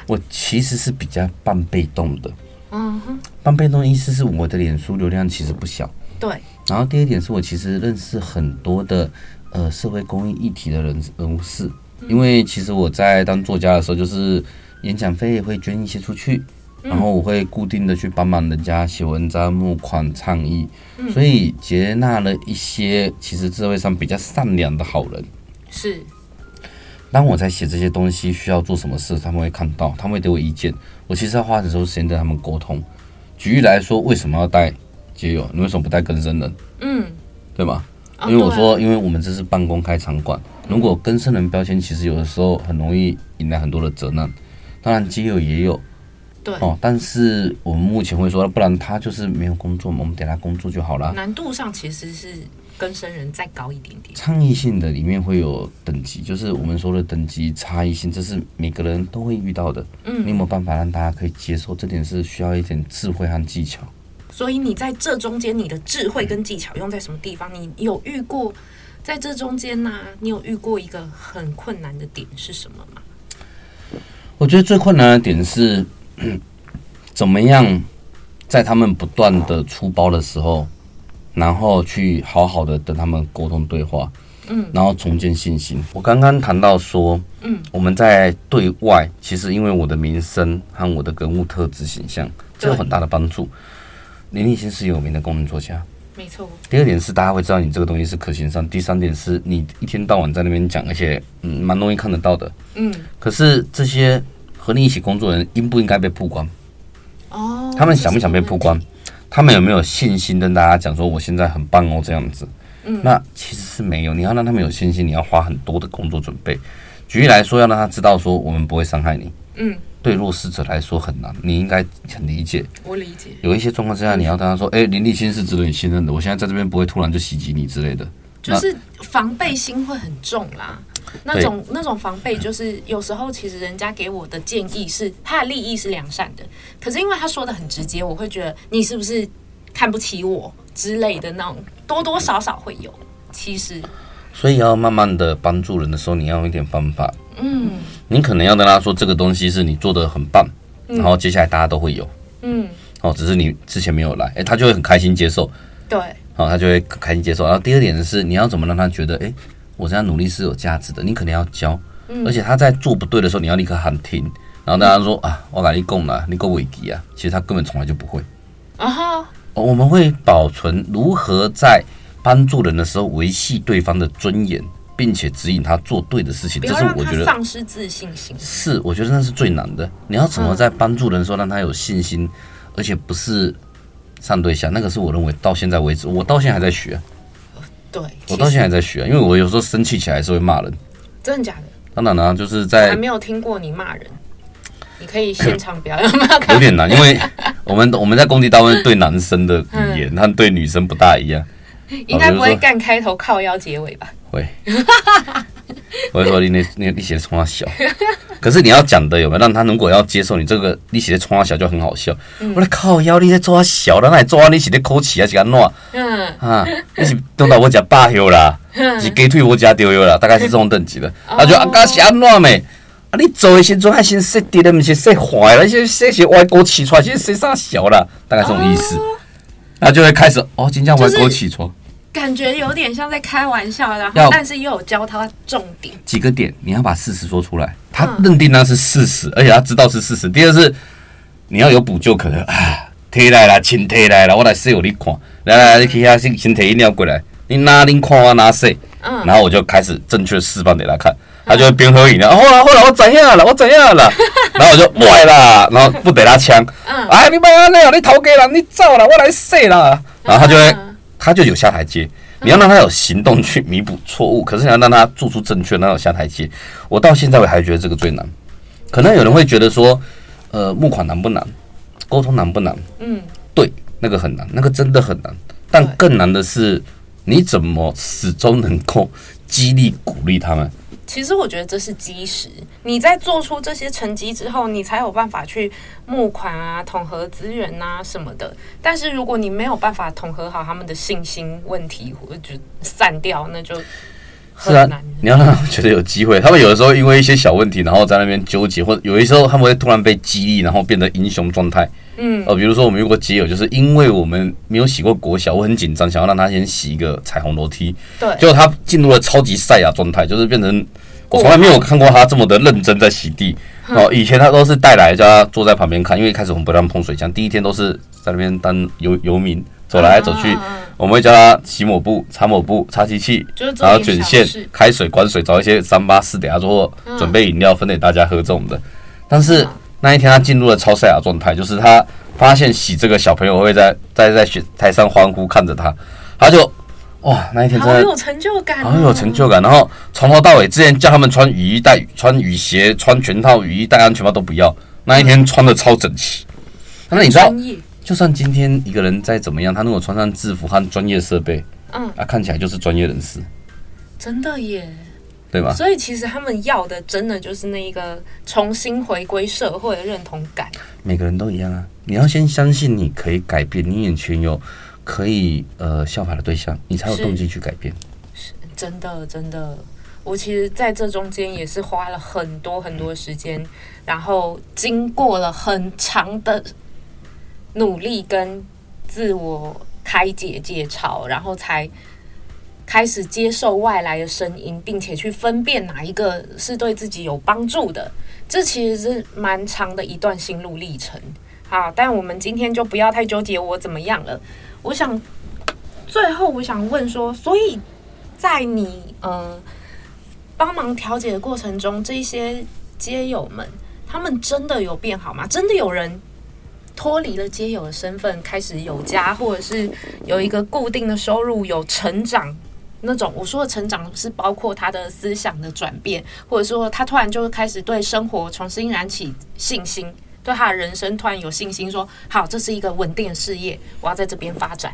[SPEAKER 3] 我其实是比较半被动的，
[SPEAKER 2] 嗯哼，
[SPEAKER 3] 半被动的意思是我的脸书流量其实不小，
[SPEAKER 2] 对，
[SPEAKER 3] 然后第二点是我其实认识很多的呃社会公益议题的人人物事，因为其实我在当作家的时候，就是演讲费会捐一些出去，然后我会固定的去帮忙人家写文章、募款、倡议，所以接纳了一些其实社会上比较善良的好人。
[SPEAKER 2] 是，
[SPEAKER 3] 当我在写这些东西需要做什么事，他们会看到，他们会给我意见。我其实要花很多时间跟他们沟通。举例来说，为什么要带街友？你为什么不带更生人？
[SPEAKER 2] 嗯，
[SPEAKER 3] 对吧？
[SPEAKER 2] 哦
[SPEAKER 3] 因为我
[SPEAKER 2] 对啊
[SPEAKER 3] 说，因为我们这是半公开场馆，如果跟生人标签，其实有的时候很容易引来很多的责难。当然，基友也有
[SPEAKER 2] 对，
[SPEAKER 3] 哦，但是我们目前会说，不然他就是没有工作嘛，我们给他工作就好啦。
[SPEAKER 2] 难度上其实是跟生人再高一点点。
[SPEAKER 3] 倡议性的里面会有等级，就是我们说的等级差异性，这是每个人都会遇到的。嗯，你有没有办法让大家可以接受？这点是需要一点智慧和技巧。
[SPEAKER 2] 所以你在这中间，你的智慧跟技巧用在什么地方？你有遇过在这中间呢、你有遇过一个很困难的点是什么吗？
[SPEAKER 3] 我觉得最困难的点是， 怎么样在他们不断的出包的时候，然后去好好的跟他们沟通对话，嗯，然后重建信心。我刚刚谈到说，嗯，我们在对外，其实因为我的名声和我的人物特质形象，这有很大的帮助。林立新是有名的工人作家，
[SPEAKER 2] 没错，
[SPEAKER 3] 第二点是大家会知道你这个东西是可行上，第三点是你一天到晚在那边讲，而且嗯蛮容易看得到的。
[SPEAKER 2] 嗯，
[SPEAKER 3] 可是这些和你一起工作的人应不应该被曝光？
[SPEAKER 2] 嗯哦，
[SPEAKER 3] 他们想不想被曝光？他们有没有信心跟大家讲说我现在很棒哦这样子？嗯，那其实是没有。你要让他们有信心，你要花很多的工作准备。举例来说，要让他知道说我们不会伤害你。
[SPEAKER 2] 嗯，
[SPEAKER 3] 对弱势者来说很难，你应该很理解。
[SPEAKER 2] 我理解，
[SPEAKER 3] 有一些状况之下，你要跟他说，哎、林立新是值得你信任的，我现在在这边不会突然就袭击你之类的。
[SPEAKER 2] 就是防备心会很重啦。那
[SPEAKER 3] 对
[SPEAKER 2] 种那种防备，就是有时候其实人家给我的建议是他的利益是良善的，可是因为他说的很直接，我会觉得你是不是看不起我之类的那种，多多少少会有。其实，
[SPEAKER 3] 所以要慢慢的帮助人的时候，你要有一点方法。
[SPEAKER 2] 嗯
[SPEAKER 3] 你可能要跟他说，这个东西是你做的很棒，然后接下来大家都会有
[SPEAKER 2] 嗯，
[SPEAKER 3] 哦，只是你之前没有来，诶，他就会很开心接受，
[SPEAKER 2] 对，
[SPEAKER 3] 哦，他就会很开心接受。然后第二点是，你要怎么让他觉得，诶，我这样努力是有价值的，你肯定要教，
[SPEAKER 2] 嗯
[SPEAKER 3] 而且他在做不对的时候，你要立刻喊停，然后大家说、啊，我跟你讲啦，你够危机啊，其实他根本从来就不会。
[SPEAKER 2] 然后
[SPEAKER 3] 哦我们会保存如何在帮助人的时候维系对方的尊严，并且指引他做对的事情，
[SPEAKER 2] 不
[SPEAKER 3] 这
[SPEAKER 2] 要
[SPEAKER 3] 是
[SPEAKER 2] 让
[SPEAKER 3] 我
[SPEAKER 2] 他
[SPEAKER 3] 觉得
[SPEAKER 2] 丧失自信心。
[SPEAKER 3] 是，我觉得那是最难的。你要怎么在帮助人的时候让他有信心，而且不是上对下，那个是我认为到现在为止，我到现在还在学，啊
[SPEAKER 2] 对，
[SPEAKER 3] 我
[SPEAKER 2] 其
[SPEAKER 3] 到
[SPEAKER 2] 实
[SPEAKER 3] 现在还在学，啊因为我有时候生气起来是会骂人。
[SPEAKER 2] 真的假的？
[SPEAKER 3] 当然啦、就是
[SPEAKER 2] 还
[SPEAKER 3] 在
[SPEAKER 2] 没有听过你骂人，你可以现场 表演，有没有看
[SPEAKER 3] 有点难，因为我们我们在工地单位对男生的语
[SPEAKER 2] 嗯
[SPEAKER 3] 言和对女生不大一样，
[SPEAKER 2] 应该不
[SPEAKER 3] 比如
[SPEAKER 2] 会
[SPEAKER 3] 说
[SPEAKER 2] 干开头靠腰结尾吧？
[SPEAKER 3] 会。我会说你那你你写的冲他小，可是你要讲的有没有让他如果要接受你这个你写的冲他小就很好笑。我说靠腰，你在做他小，咱来做啊，你写的抠起啊，是安怎样
[SPEAKER 2] 嗯，
[SPEAKER 3] 啊？你是弄到我家霸休啦，是鸡腿我家丢休啦，大概是这种等级的。他就啊，刚是安怎咩？啊，你做的时阵还先设定的，不是设坏了，先设些歪勾起出来，先设啥小啦，大概这种意思。他就会开始哦，今天歪勾起床，
[SPEAKER 2] 感觉有点像在开玩笑，然后
[SPEAKER 3] 要
[SPEAKER 2] 但是又有教他重点，
[SPEAKER 3] 几个点，你要把事实说出来。他
[SPEAKER 2] 嗯
[SPEAKER 3] 认定那是事实，而且他知道是事实。第二是你要有补救可能啊，提来啦，亲提来啦，我来室友你看，来来来，你去遐先先提饮料过来，你拿恁看我啊拿谁，
[SPEAKER 2] 嗯
[SPEAKER 3] 然后我就开始正确示范给他看，他就会边喝饮料，啊，后来后来我怎样了，我怎 样了，然后我就歪啦，然后不给他枪，
[SPEAKER 2] 嗯
[SPEAKER 3] 哎，你别安尼哦，你头家啦，你走啦，我来洗啦，然后他就会
[SPEAKER 2] 嗯
[SPEAKER 3] 他就有下台阶。你要让他有行动去弥补错误，可是你要让他做出正确，让他有下台阶。我到现在我还觉得这个最难。可能有人会觉得说，呃，募款难不难？沟通难不难？
[SPEAKER 2] 嗯，
[SPEAKER 3] 对，那个很难，那个真的很难。但更难的是，你怎么始终能够激励、鼓励他们？
[SPEAKER 2] 其实我觉得这是基石。你在做出这些成绩之后，你才有办法去募款啊、统合资源啊什么的。但是如果你没有办法统合好他们的信心问题，或者就散掉，那就是很
[SPEAKER 3] 啊
[SPEAKER 2] 难。，
[SPEAKER 3] 你要让他们觉得有机会。他们有的时候因为一些小问题，然后在那边纠结，或者有的时候他们会突然被激励，然后变得英雄状态。
[SPEAKER 2] 嗯，
[SPEAKER 3] 呃，比如说我们有个基友，就是因为我们没有洗过国小，我很紧张，想要让他先洗一个彩虹楼梯，
[SPEAKER 2] 对，
[SPEAKER 3] 结果他进入了超级赛亚状态，就是变成我从来没有看过他这么的认真在洗地。
[SPEAKER 2] 嗯
[SPEAKER 3] 哦，以前他都是带来叫他坐在旁边看，因为一开始我们不让碰水枪，第一天都是在那边当游游民走来走去
[SPEAKER 2] 啊啊啊，
[SPEAKER 3] 我们会教他洗抹布、擦抹布、擦机器
[SPEAKER 2] 就是，做
[SPEAKER 3] 然后
[SPEAKER 2] 点小
[SPEAKER 3] 卷线
[SPEAKER 2] 事、
[SPEAKER 3] 开水、管水，找一些三八四等下之后准备饮料分给大家喝这种的。但是
[SPEAKER 2] 嗯
[SPEAKER 3] 那一天他进入了超赛亚状态，就是他发现洗这个小朋友会在在在雪台上欢呼看着他，他就哇那一天真
[SPEAKER 2] 好
[SPEAKER 3] 的
[SPEAKER 2] 有成就感、哦，
[SPEAKER 3] 好有成就感。然后从头到尾，之前叫他们穿雨衣、带穿雨鞋、穿全套雨衣、戴安全帽都不要，那一天穿的超整齐。那你知道，
[SPEAKER 2] 专业，
[SPEAKER 3] 就算今天一个人再怎么样，他如果穿上制服和专业设备，
[SPEAKER 2] 嗯，
[SPEAKER 3] 啊，看起来就是专业人士，
[SPEAKER 2] 真的耶。
[SPEAKER 3] 对吧？
[SPEAKER 2] 所以其实他们要的真的就是那一个重新回归社会的认同感。
[SPEAKER 3] 每个人都一样啊，你要先相信你可以改变，你眼前有可以呃效法的对象，你才有
[SPEAKER 2] 是
[SPEAKER 3] 动机去改变。
[SPEAKER 2] 真的，真的，我其实在这中间也是花了很多很多时间，然后经过了很长的努力跟自我开解解嘲，然后才开始接受外来的声音，并且去分辨哪一个是对自己有帮助的。这其实是蛮长的一段心路历程。好，但我们今天就不要太纠结我怎么样了。我想最后我想问说，所以在你呃帮忙调解的过程中，这些街友们，他们真的有变好吗？真的有人脱离了街友的身份，开始有家，或者是有一个固定的收入，有成长？那种我说的成长是包括他的思想的转变，或者说他突然就开始对生活重新燃起信心，对他的人生突然有信心说好，这是一个稳定的事业，我要在这边发展。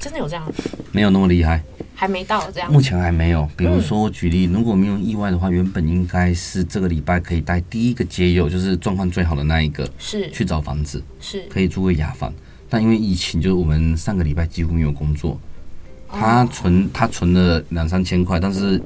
[SPEAKER 2] 真的有这样，
[SPEAKER 3] 没有那么厉害，
[SPEAKER 2] 还没到这样。
[SPEAKER 3] 目前还没有。比如嗯说，我举例，如果没有意外的话，原本应该是这个礼拜可以带第一个街友，就是状况最好的那一个，
[SPEAKER 2] 是
[SPEAKER 3] 去找房子，
[SPEAKER 2] 是
[SPEAKER 3] 可以租个雅房。但因为疫情，就是我们上个礼拜几乎没有工作，他存他存了两三千块，但是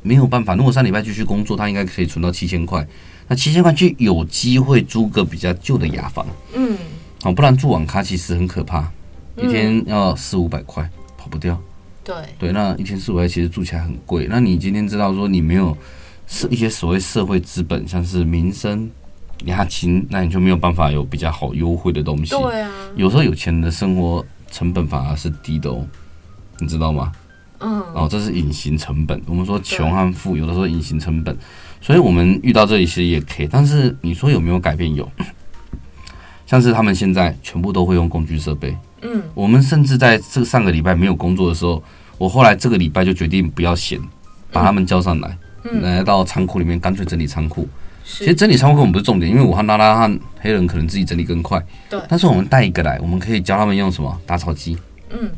[SPEAKER 3] 没有办法，如果上礼拜继续工作，他应该可以存到七千块。那七千块就有机会租个比较旧的雅房，
[SPEAKER 2] 嗯，
[SPEAKER 3] 哦，不然住网咖其实很可怕，一天要四五百块，跑不掉。
[SPEAKER 2] 对，
[SPEAKER 3] 对，那一天四五百其实住起来很贵。那你今天知道说你没有是一些所谓社会资本，像是民生、押金，那你就没有办法有比较好优惠的东西。
[SPEAKER 2] 对啊，
[SPEAKER 3] 有时候有钱人的生活成本反而是低的哦，你知道吗？
[SPEAKER 2] 嗯，
[SPEAKER 3] 哦，这是隐形成本。我们说穷和富，有的时候隐形成本，所以我们遇到这一些也可以。但是你说有没有改 变？有，像是他们现在全部都会用工具设备。
[SPEAKER 2] 嗯，
[SPEAKER 3] 我们甚至在这上个礼拜没有工作的时候，我后来这个礼拜就决定不要
[SPEAKER 2] 嗯
[SPEAKER 3] 闲，把他们叫上来，来到仓库里面干脆整理仓库。其实
[SPEAKER 2] 是
[SPEAKER 3] 整理仓库根本不是重点，因为我和拉拉和黑人可能自己整理更快。
[SPEAKER 2] 对
[SPEAKER 3] 但是我们带一个来，我们可以教他们用什么打草机。
[SPEAKER 2] 嗯。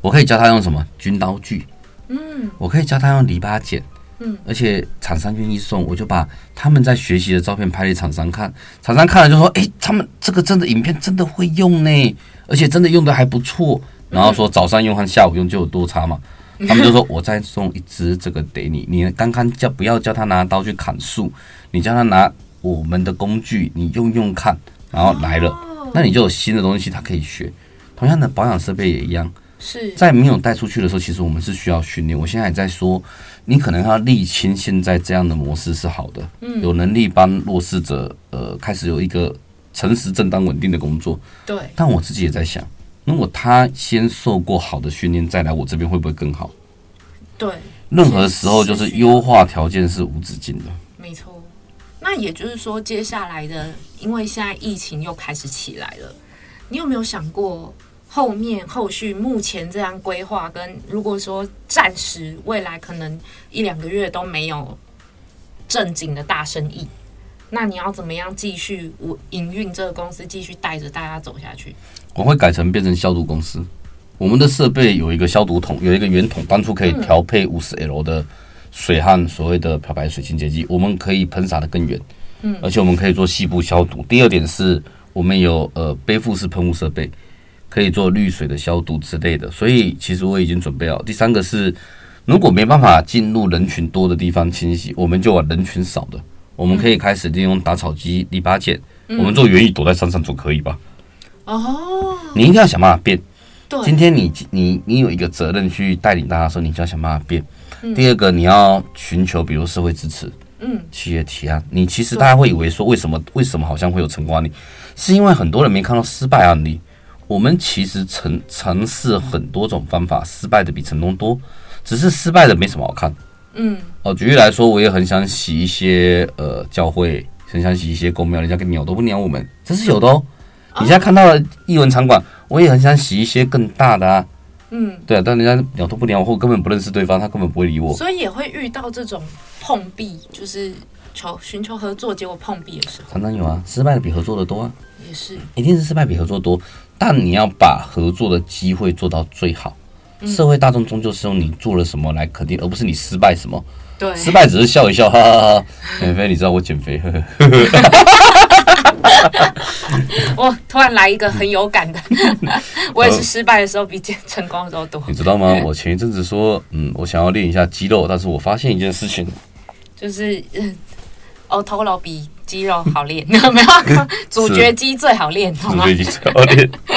[SPEAKER 3] 我可以教他用什么军刀具。
[SPEAKER 2] 嗯。
[SPEAKER 3] 我可以教他用篱笆剪。
[SPEAKER 2] 嗯。
[SPEAKER 3] 而且厂商愿意送，我就把他们在学习的照片拍给厂商看，厂商看了就说：“诶，他们这个真的影片真的会用呢，而且真的用的还不错。”然后说早上用和下午用就有多差嘛。
[SPEAKER 2] 嗯
[SPEAKER 3] 他们就说：“我再送一只这个给你，你刚刚叫不要叫他拿刀去砍树，你叫他拿我们的工具，你用用哦看。”然后来了，那你就有新的东西他可以学。同样的保养设备也一样，
[SPEAKER 2] 是
[SPEAKER 3] 在没有带出去的时候，其实我们是需要训练。我现在也在说，你可能要沥清现在这样的模式是好的，嗯，有能力帮弱势者呃开始有一个诚实、正当、稳定的工作。
[SPEAKER 2] 对，
[SPEAKER 3] 但我自己也在想，如果他先受过好的训练，再来我这边会不会更好？
[SPEAKER 2] 对，
[SPEAKER 3] 任何时候就是优化条件是无止境的。
[SPEAKER 2] 没错。那也就是说，接下来的，因为现在疫情又开始起来了，你有没有想过后面后续目前这样规划，跟如果说暂时未来可能一两个月都没有正经的大生意，那你要怎么样继续我营运这个公司，继续带着大家走下去？
[SPEAKER 3] 我会改成变成消毒公司。我们的设备有一个消毒桶，有一个圆桶，当初可以调配五十 L 的水和所谓的漂白水清洁剂，我们可以喷洒的更远，嗯，而且我们可以做细部消毒。第二点是我们有呃背负式喷雾设备，可以做滤水的消毒之类的，所以其实我已经准备好。第三个是，如果没办法进入人群多的地方清洗，我们就往人群少的，我们可以开始利用打草机、篱笆剪，我们做园艺躲在山上总可以吧？
[SPEAKER 2] 哦，
[SPEAKER 3] 你一定要想办法变。今
[SPEAKER 2] 对，
[SPEAKER 3] 天你你你有一个责任去带领大家的时候，你就要想办法变。第二个，你要寻求比如社会支持，
[SPEAKER 2] 嗯，
[SPEAKER 3] 企业提案。你其实大家会以为说，为什么为什么好像会有成功案例，是因为很多人没看到失败案例。我们其实尝尝试很多种方法，失败的比成功多，只是失败的没什么好看。
[SPEAKER 2] 嗯，
[SPEAKER 3] 哦，举例来说，我也很想洗一些呃教会，很想洗一些公庙，人家跟鸟都不鸟我们，这是有的哦。
[SPEAKER 2] 啊
[SPEAKER 3] 你现在看到了艺文场馆，我也很想洗一些更大的啊。
[SPEAKER 2] 嗯，
[SPEAKER 3] 对啊，但人家鸟都不鸟我，或根本不认识对方，他根本不会理我。
[SPEAKER 2] 所以也会遇到这种碰壁，就是求寻求合作，结果碰壁的时候，
[SPEAKER 3] 常常有啊，失败的比合作的多啊，
[SPEAKER 2] 也是
[SPEAKER 3] 一定是失败比合作多。但你要把合作的机会做到最好。
[SPEAKER 2] 嗯
[SPEAKER 3] 社会大众终究是用你做了什么来肯定，而不是你失败什么。
[SPEAKER 2] 对，
[SPEAKER 3] 失败只是笑一笑，哈哈哈。免费，你知道我减肥，呵呵。
[SPEAKER 2] 我突然来一个很有 感的，我也是失败的时候比成成功的时候多
[SPEAKER 3] 你，知道
[SPEAKER 2] 哎
[SPEAKER 3] 吗？我前一阵子说，嗯，我想要练一下肌肉，但是我发现一件事情，
[SPEAKER 2] 就是嗯，哦，头脑比肌肉好练， 没 有，主角肌最好练， 好
[SPEAKER 3] 我
[SPEAKER 2] 吗
[SPEAKER 3] 最？近想要练。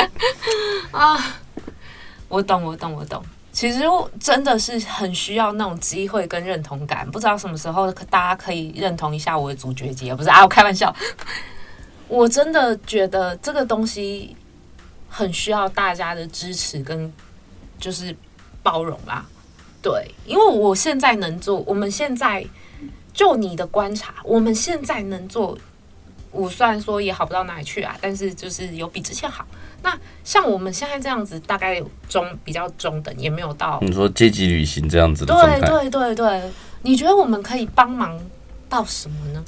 [SPEAKER 2] 我懂，我懂，我懂。其实我真的是很需要那种机会跟认同感，不知道什么时候可大家可以认同一下我的主角节，不是啊，我开玩笑。我真的觉得这个东西很需要大家的支持跟就是包容啦。对，因为我现在能做，我们现在就你的观察，我们现在能做，我虽然说也好不到哪里去啊，但是就是有比之前好。那像我们现在这样子，大概有中比较中等，也没有到。
[SPEAKER 3] 你说阶级旅行这样子的状
[SPEAKER 2] 对
[SPEAKER 3] 态，
[SPEAKER 2] 对对对，你觉得我们可以帮忙到什么呢？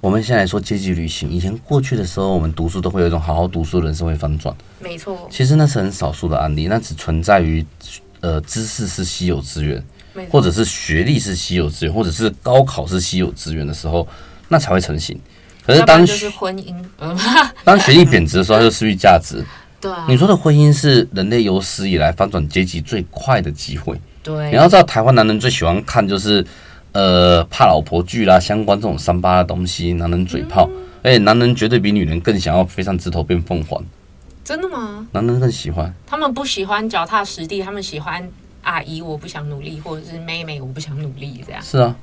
[SPEAKER 3] 我们现在说阶级旅行，以前过去的时候，我们读书都会有一种好好读书的人生会翻转，
[SPEAKER 2] 没错，
[SPEAKER 3] 其实那是很少数的案例，那只存在于，呃，知识是稀有资源，
[SPEAKER 2] 没错，
[SPEAKER 3] 或者是学历是稀有资源，或者是高考是稀有资源的时候，那才会成型。可是
[SPEAKER 2] 要不然
[SPEAKER 3] 当
[SPEAKER 2] 就是婚姻，嗯，
[SPEAKER 3] 当学历贬值的时候，它就失去价值。
[SPEAKER 2] 对啊，
[SPEAKER 3] 你说的婚姻是人类有史以来翻转阶级最快的机会。你
[SPEAKER 2] 对，
[SPEAKER 3] 要知道，台湾男人最喜欢看就是，呃，怕老婆剧啦，相关这种三八的东西，男人嘴炮。
[SPEAKER 2] 嗯
[SPEAKER 3] 而且男人绝对比女人更想要飞上枝头变凤凰，
[SPEAKER 2] 真的吗？
[SPEAKER 3] 男人更喜欢。
[SPEAKER 2] 他们不喜欢脚踏实地，他们喜欢阿姨，我不想努力，或者是妹妹，我不想努力，这样。
[SPEAKER 3] 是啊，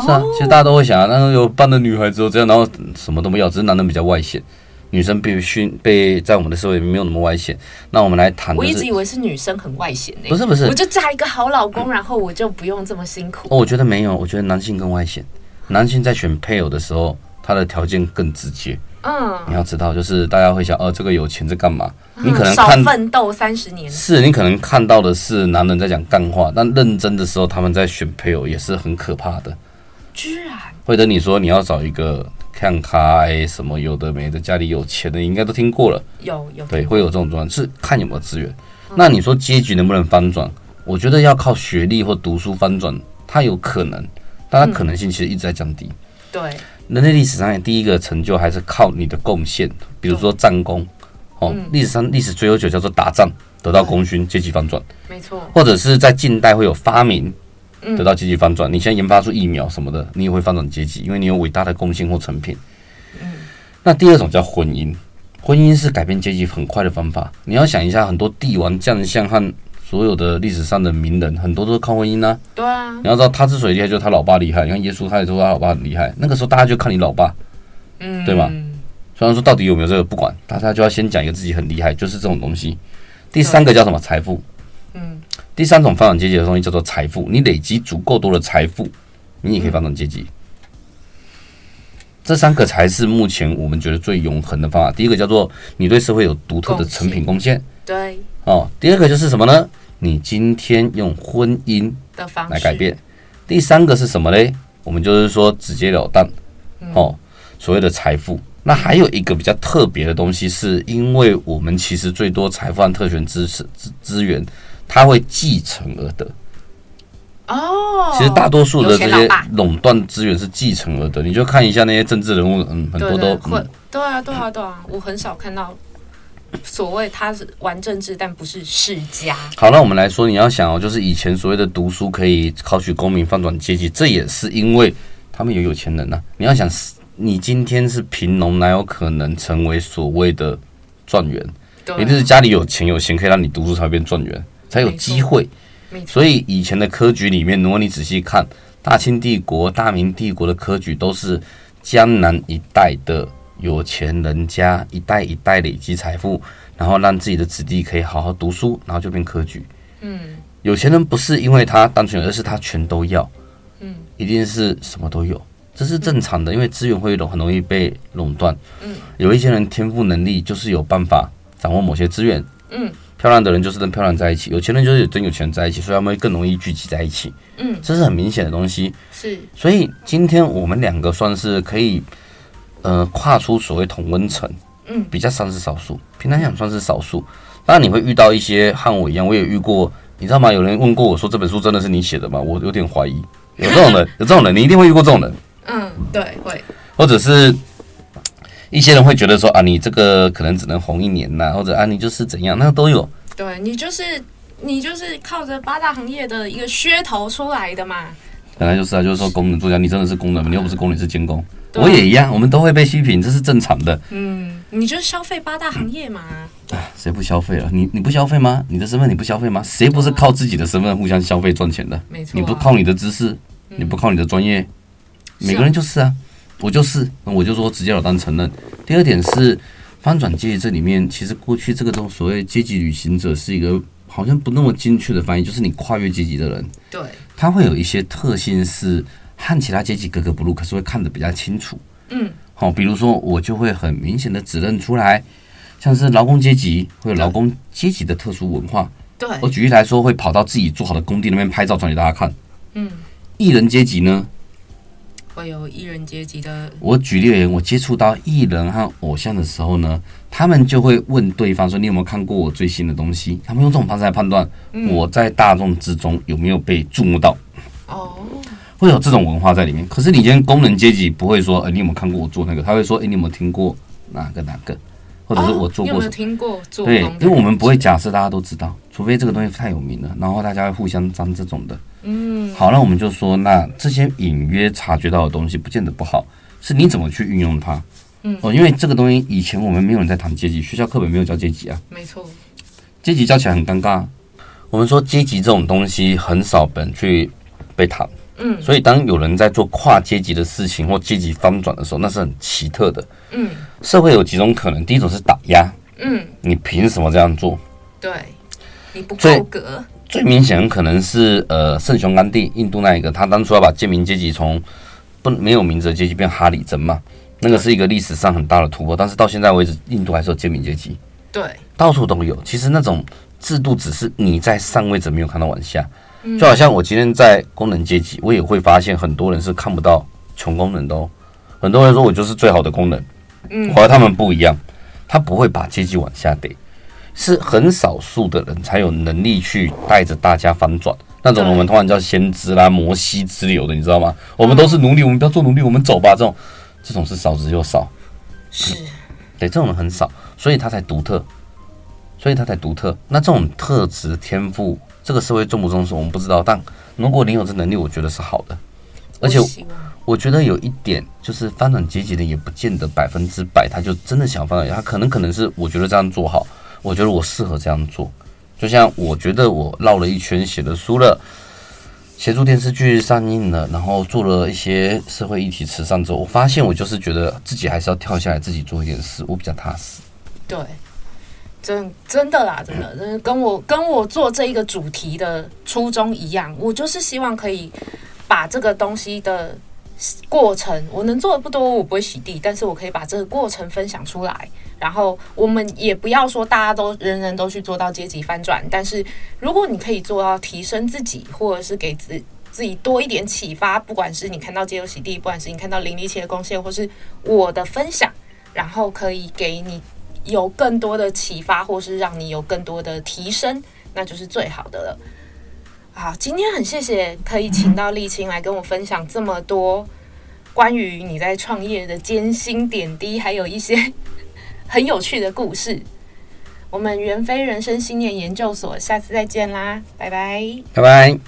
[SPEAKER 3] 是
[SPEAKER 2] 哦
[SPEAKER 3] 啊，其实大家都会想啊，那有伴的女孩子都这样，然后什么都没有，只是男人比较外显，女生被训被在我们的社会里面没有那么外显。那我们来谈
[SPEAKER 2] 我
[SPEAKER 3] 的
[SPEAKER 2] 一直
[SPEAKER 3] 是，
[SPEAKER 2] 以为是女生很外显呢、
[SPEAKER 3] 不是不是
[SPEAKER 2] 我，就嫁一个好老公，然后我就不用这么辛苦。
[SPEAKER 3] 哦，我觉得没有，我觉得男性更外显。男性在选配偶的时候，他的条件更直接。
[SPEAKER 2] 嗯，
[SPEAKER 3] 你要知道，就是大家会想，哦，这个有钱在干嘛？你可能
[SPEAKER 2] 嗯少
[SPEAKER 3] 看
[SPEAKER 2] 奋斗三十年，
[SPEAKER 3] 是你可能看到的是男人在讲干话，但认真的时候，他们在选配哦偶也是很可怕的。
[SPEAKER 2] 居然
[SPEAKER 3] 或者你说你要找一个看开什么有的没的，家里有钱的，你应该都听过了，
[SPEAKER 2] 有有
[SPEAKER 3] 对，会有这种状况，是看有没有资源。那你说结局能不能翻转？我觉得要靠学历或读书翻转，它有可能，但它可能性其实一直在降低。
[SPEAKER 2] 对，
[SPEAKER 3] 人类历史上第一个成就还是靠你的贡献，比如说战功，哦，历史上历史最悠久叫做打仗，得到功勋，阶级翻转，
[SPEAKER 2] 没错，
[SPEAKER 3] 或者是在近代会有发明，得到阶级翻转。你现在研发出疫苗什么的，你也会翻转阶级，因为你有伟大的贡献或成品。那第二种叫婚姻，婚姻是改变阶级很快的方法。你要想一下，很多帝王将相和所有的历史上的名人，很多都是靠婚姻呐、
[SPEAKER 2] 对啊，
[SPEAKER 3] 你要知道，他之所以厉害，就是他老爸厉害。你看耶稣，他也说他老爸很厉害。那个时候大家就看你老爸，
[SPEAKER 2] 嗯，
[SPEAKER 3] 对吧？虽然说到底有没有这个不管，大家就要先讲一个自己很厉害，就是这种东西。第三个叫什么？财富。
[SPEAKER 2] 嗯，
[SPEAKER 3] 第三种发展阶级的东西叫做财富。你累积足够多的财富，你也可以发展阶级。这三个才是目前我们觉得最永恒的方法。第一个叫做你对社会有独特的成品贡献
[SPEAKER 2] 对
[SPEAKER 3] 哦。第二个就是什么呢？你今天用婚姻
[SPEAKER 2] 的方式
[SPEAKER 3] 来改变。第三个是什么嘞？我们就是说直截了当，
[SPEAKER 2] 嗯
[SPEAKER 3] 哦，所谓的财富。那还有一个比较特别的东西，是因为我们其实最多财富和特权资资资源，它会继承而得。
[SPEAKER 2] 哦。
[SPEAKER 3] 其实大多数的
[SPEAKER 2] 有
[SPEAKER 3] 这
[SPEAKER 2] 钱
[SPEAKER 3] 些
[SPEAKER 2] 老爸
[SPEAKER 3] 垄断资源是继承而得。你就看一下那些政治人物，嗯，很
[SPEAKER 2] 对对
[SPEAKER 3] 多都
[SPEAKER 2] 会
[SPEAKER 3] 嗯，
[SPEAKER 2] 对啊，对啊，对啊，我很少看到所谓他是玩政治，但不是世家，
[SPEAKER 3] 好，那我们来说，你要想哦，就是以前所谓的读书可以考取功名、翻转阶级，这也是因为他们有有钱人呐、啊你要想，你今天是贫农，哪有可能成为所谓的状元？
[SPEAKER 2] 对啊，
[SPEAKER 3] 一定是家里有钱有闲，可以让你读书才会变状元，才有
[SPEAKER 2] 没错
[SPEAKER 3] 机会。
[SPEAKER 2] 没错
[SPEAKER 3] 所以以前的科举里面，如果你仔细看，大清帝国、大明帝国的科举都是江南一带的有钱人家一代一代累积财富，然后让自己的子弟可以好好读书，然后就变科举。
[SPEAKER 2] 嗯，
[SPEAKER 3] 有钱人不是因为他单纯，而是他全都要，
[SPEAKER 2] 嗯，
[SPEAKER 3] 一定是什么都有，这是正常的，因为资源会很容易被垄断，
[SPEAKER 2] 嗯，
[SPEAKER 3] 有一些人天赋能力就是有办法掌握某些资源，
[SPEAKER 2] 嗯，
[SPEAKER 3] 漂亮的人就是跟漂亮在一起，有钱人就是跟有钱人在一起，所以他们会更容易聚集在一起，
[SPEAKER 2] 嗯
[SPEAKER 3] 这是很明显的东西，
[SPEAKER 2] 是
[SPEAKER 3] 所以今天我们两个算是可以，呃，跨出所谓同温层，
[SPEAKER 2] 嗯
[SPEAKER 3] 比较算是少数，平常讲算是少数。当然你会遇到一些和我一样，我也遇过，你知道吗？有人问过我说这本书真的是你写的吗？我有点怀疑，有这 种人，有这种人，你一定会遇过这种人，
[SPEAKER 2] 嗯，对，会，
[SPEAKER 3] 或者是。一些人会觉得说啊，你这个可能只能红一年呐、或者啊，你就是怎样，那都有。
[SPEAKER 2] 对你就是你就是靠着八大行业的一个噱头出来的嘛，
[SPEAKER 3] 本来就是啊，就是说工人作家，你真的是工人吗？你又不是工人，你是监工。
[SPEAKER 2] 对啊
[SPEAKER 3] 我也一样，我们都会被批评，这是正常的。
[SPEAKER 2] 嗯，你就是消费八大行业嘛，
[SPEAKER 3] 谁不消费了？你你不消费吗？你的身份你不消费吗？谁不是靠自己的身份互相消费赚钱的？
[SPEAKER 2] 没错啊嗯
[SPEAKER 3] 你不靠你的知识，你不靠你的专业，每个人就是啊，我就是，那我就说直截了当承认。第二点是翻转阶级，这里面其实过去这个东所谓阶级旅行者是一个好像不那么精确的翻译，就是你跨越阶级的人，
[SPEAKER 2] 对，
[SPEAKER 3] 他会有一些特性是和其他阶级格格不入，可是会看得比较清楚。
[SPEAKER 2] 嗯，
[SPEAKER 3] 好、比如说我就会很明显的指认出来，像是劳工阶级会有劳工阶级的特殊文化。
[SPEAKER 2] 对，
[SPEAKER 3] 我举例来说，会跑到自己做好的工地那边拍照传给大家看。
[SPEAKER 2] 嗯，
[SPEAKER 3] 艺人阶级呢，
[SPEAKER 2] 会有艺人阶级的，
[SPEAKER 3] 我举例而言，我接触到艺人和偶像的时候呢，他们就会问对方说：“你有没有看过我最新的东西？”他们用这种方式来判断
[SPEAKER 2] 嗯
[SPEAKER 3] 我在大众之中有没有被注目到。
[SPEAKER 2] 哦，
[SPEAKER 3] 会有这种文化在里面。可是你今天工人阶级不会说，哎、你有没有看过我做那个？他会说，哎、你有没有听过哪个哪个，或者是我做
[SPEAKER 2] 哦你有没
[SPEAKER 3] 过什
[SPEAKER 2] 有
[SPEAKER 3] 么？
[SPEAKER 2] 听过做
[SPEAKER 3] 对
[SPEAKER 2] 工，的
[SPEAKER 3] 因为我们不会假设大家都知道，除非这个东西太有名了，然后大家会互相沾这种的。嗯，好，那我们就说，那这些隐约察觉到的东西，不见得不好，是你怎么去运用它。嗯，哦，因为这个东西以前我们没有人在谈阶级，学校课本没有教阶级啊。
[SPEAKER 2] 没错，
[SPEAKER 3] 阶级教起来很尴尬。我们说阶级这种东西很少本去被谈，
[SPEAKER 2] 嗯
[SPEAKER 3] 所以当有人在做跨阶级的事情或阶级翻转的时候，那是很奇特的。
[SPEAKER 2] 嗯
[SPEAKER 3] 社会有几种可能，第一种是打压，
[SPEAKER 2] 嗯，
[SPEAKER 3] 你凭什么这样做？
[SPEAKER 2] 对，你不
[SPEAKER 3] 最
[SPEAKER 2] 够格，
[SPEAKER 3] 最明显很可能是呃圣雄甘地，印度那一个，他当初要把贱民阶级从不没有名字的阶级变哈里珍嘛，那个是一个历史上很大的突破，但是到现在为止，印度还是有贱民阶级。
[SPEAKER 2] 对，
[SPEAKER 3] 到处都有。其实那种制度只是你在上位者没有看到往下，就好像我今天在工人阶级，我也会发现很多人是看不到穷工人的哦。很多人说我就是最好的工人，
[SPEAKER 2] 嗯
[SPEAKER 3] 我和他们不一样，他不会把阶级往下跌，是很少数的人才有能力去带着大家反转。那种人我们通常叫先知啦、摩西之流的，你知道吗？我们都是奴隶，我们不要做奴隶，我们走吧。这种，这种是少之又少。
[SPEAKER 2] 是，
[SPEAKER 3] 对，这种人很少，所以他才独特，所以他才独特。那这种特质、天赋，这个社会重不重视我们不知道，但如果你有这能力，我觉得是好的。而且
[SPEAKER 2] 我希望
[SPEAKER 3] 我觉得有一点就是发展阶级的也不见得百分之百，他就真的想发展，他可能可能是我觉得这样做好，我觉得我适合这样做，就像我觉得我绕了一圈，写的书了，协助电视剧上映了，然后做了一些社会议题慈善之后，我发现我就是觉得自己还是要跳下来自己做一点事，我比较踏实。
[SPEAKER 2] 对，真真的啦，真的，真的跟我跟我做这一个主题的初衷一样，我就是希望可以把这个东西的过程，我能做的不多，我不会洗地，但是我可以把这个过程分享出来。然后我们也不要说大家都人人都去做到阶级翻转，但是如果你可以做到提升自己，或者是给自自己多一点启发，不管是你看到街头洗地，不管是你看到林立奇的贡献，或是我的分享，然后可以给你有更多的启发，或是让你有更多的提升，那就是最好的了。好，今天很谢谢可以请到沥青来跟我分享这么多关于你在创业的艰辛点滴，还有一些很有趣的故事。我们元飞人生信念研究所下次再见啦，拜拜。
[SPEAKER 3] 拜拜。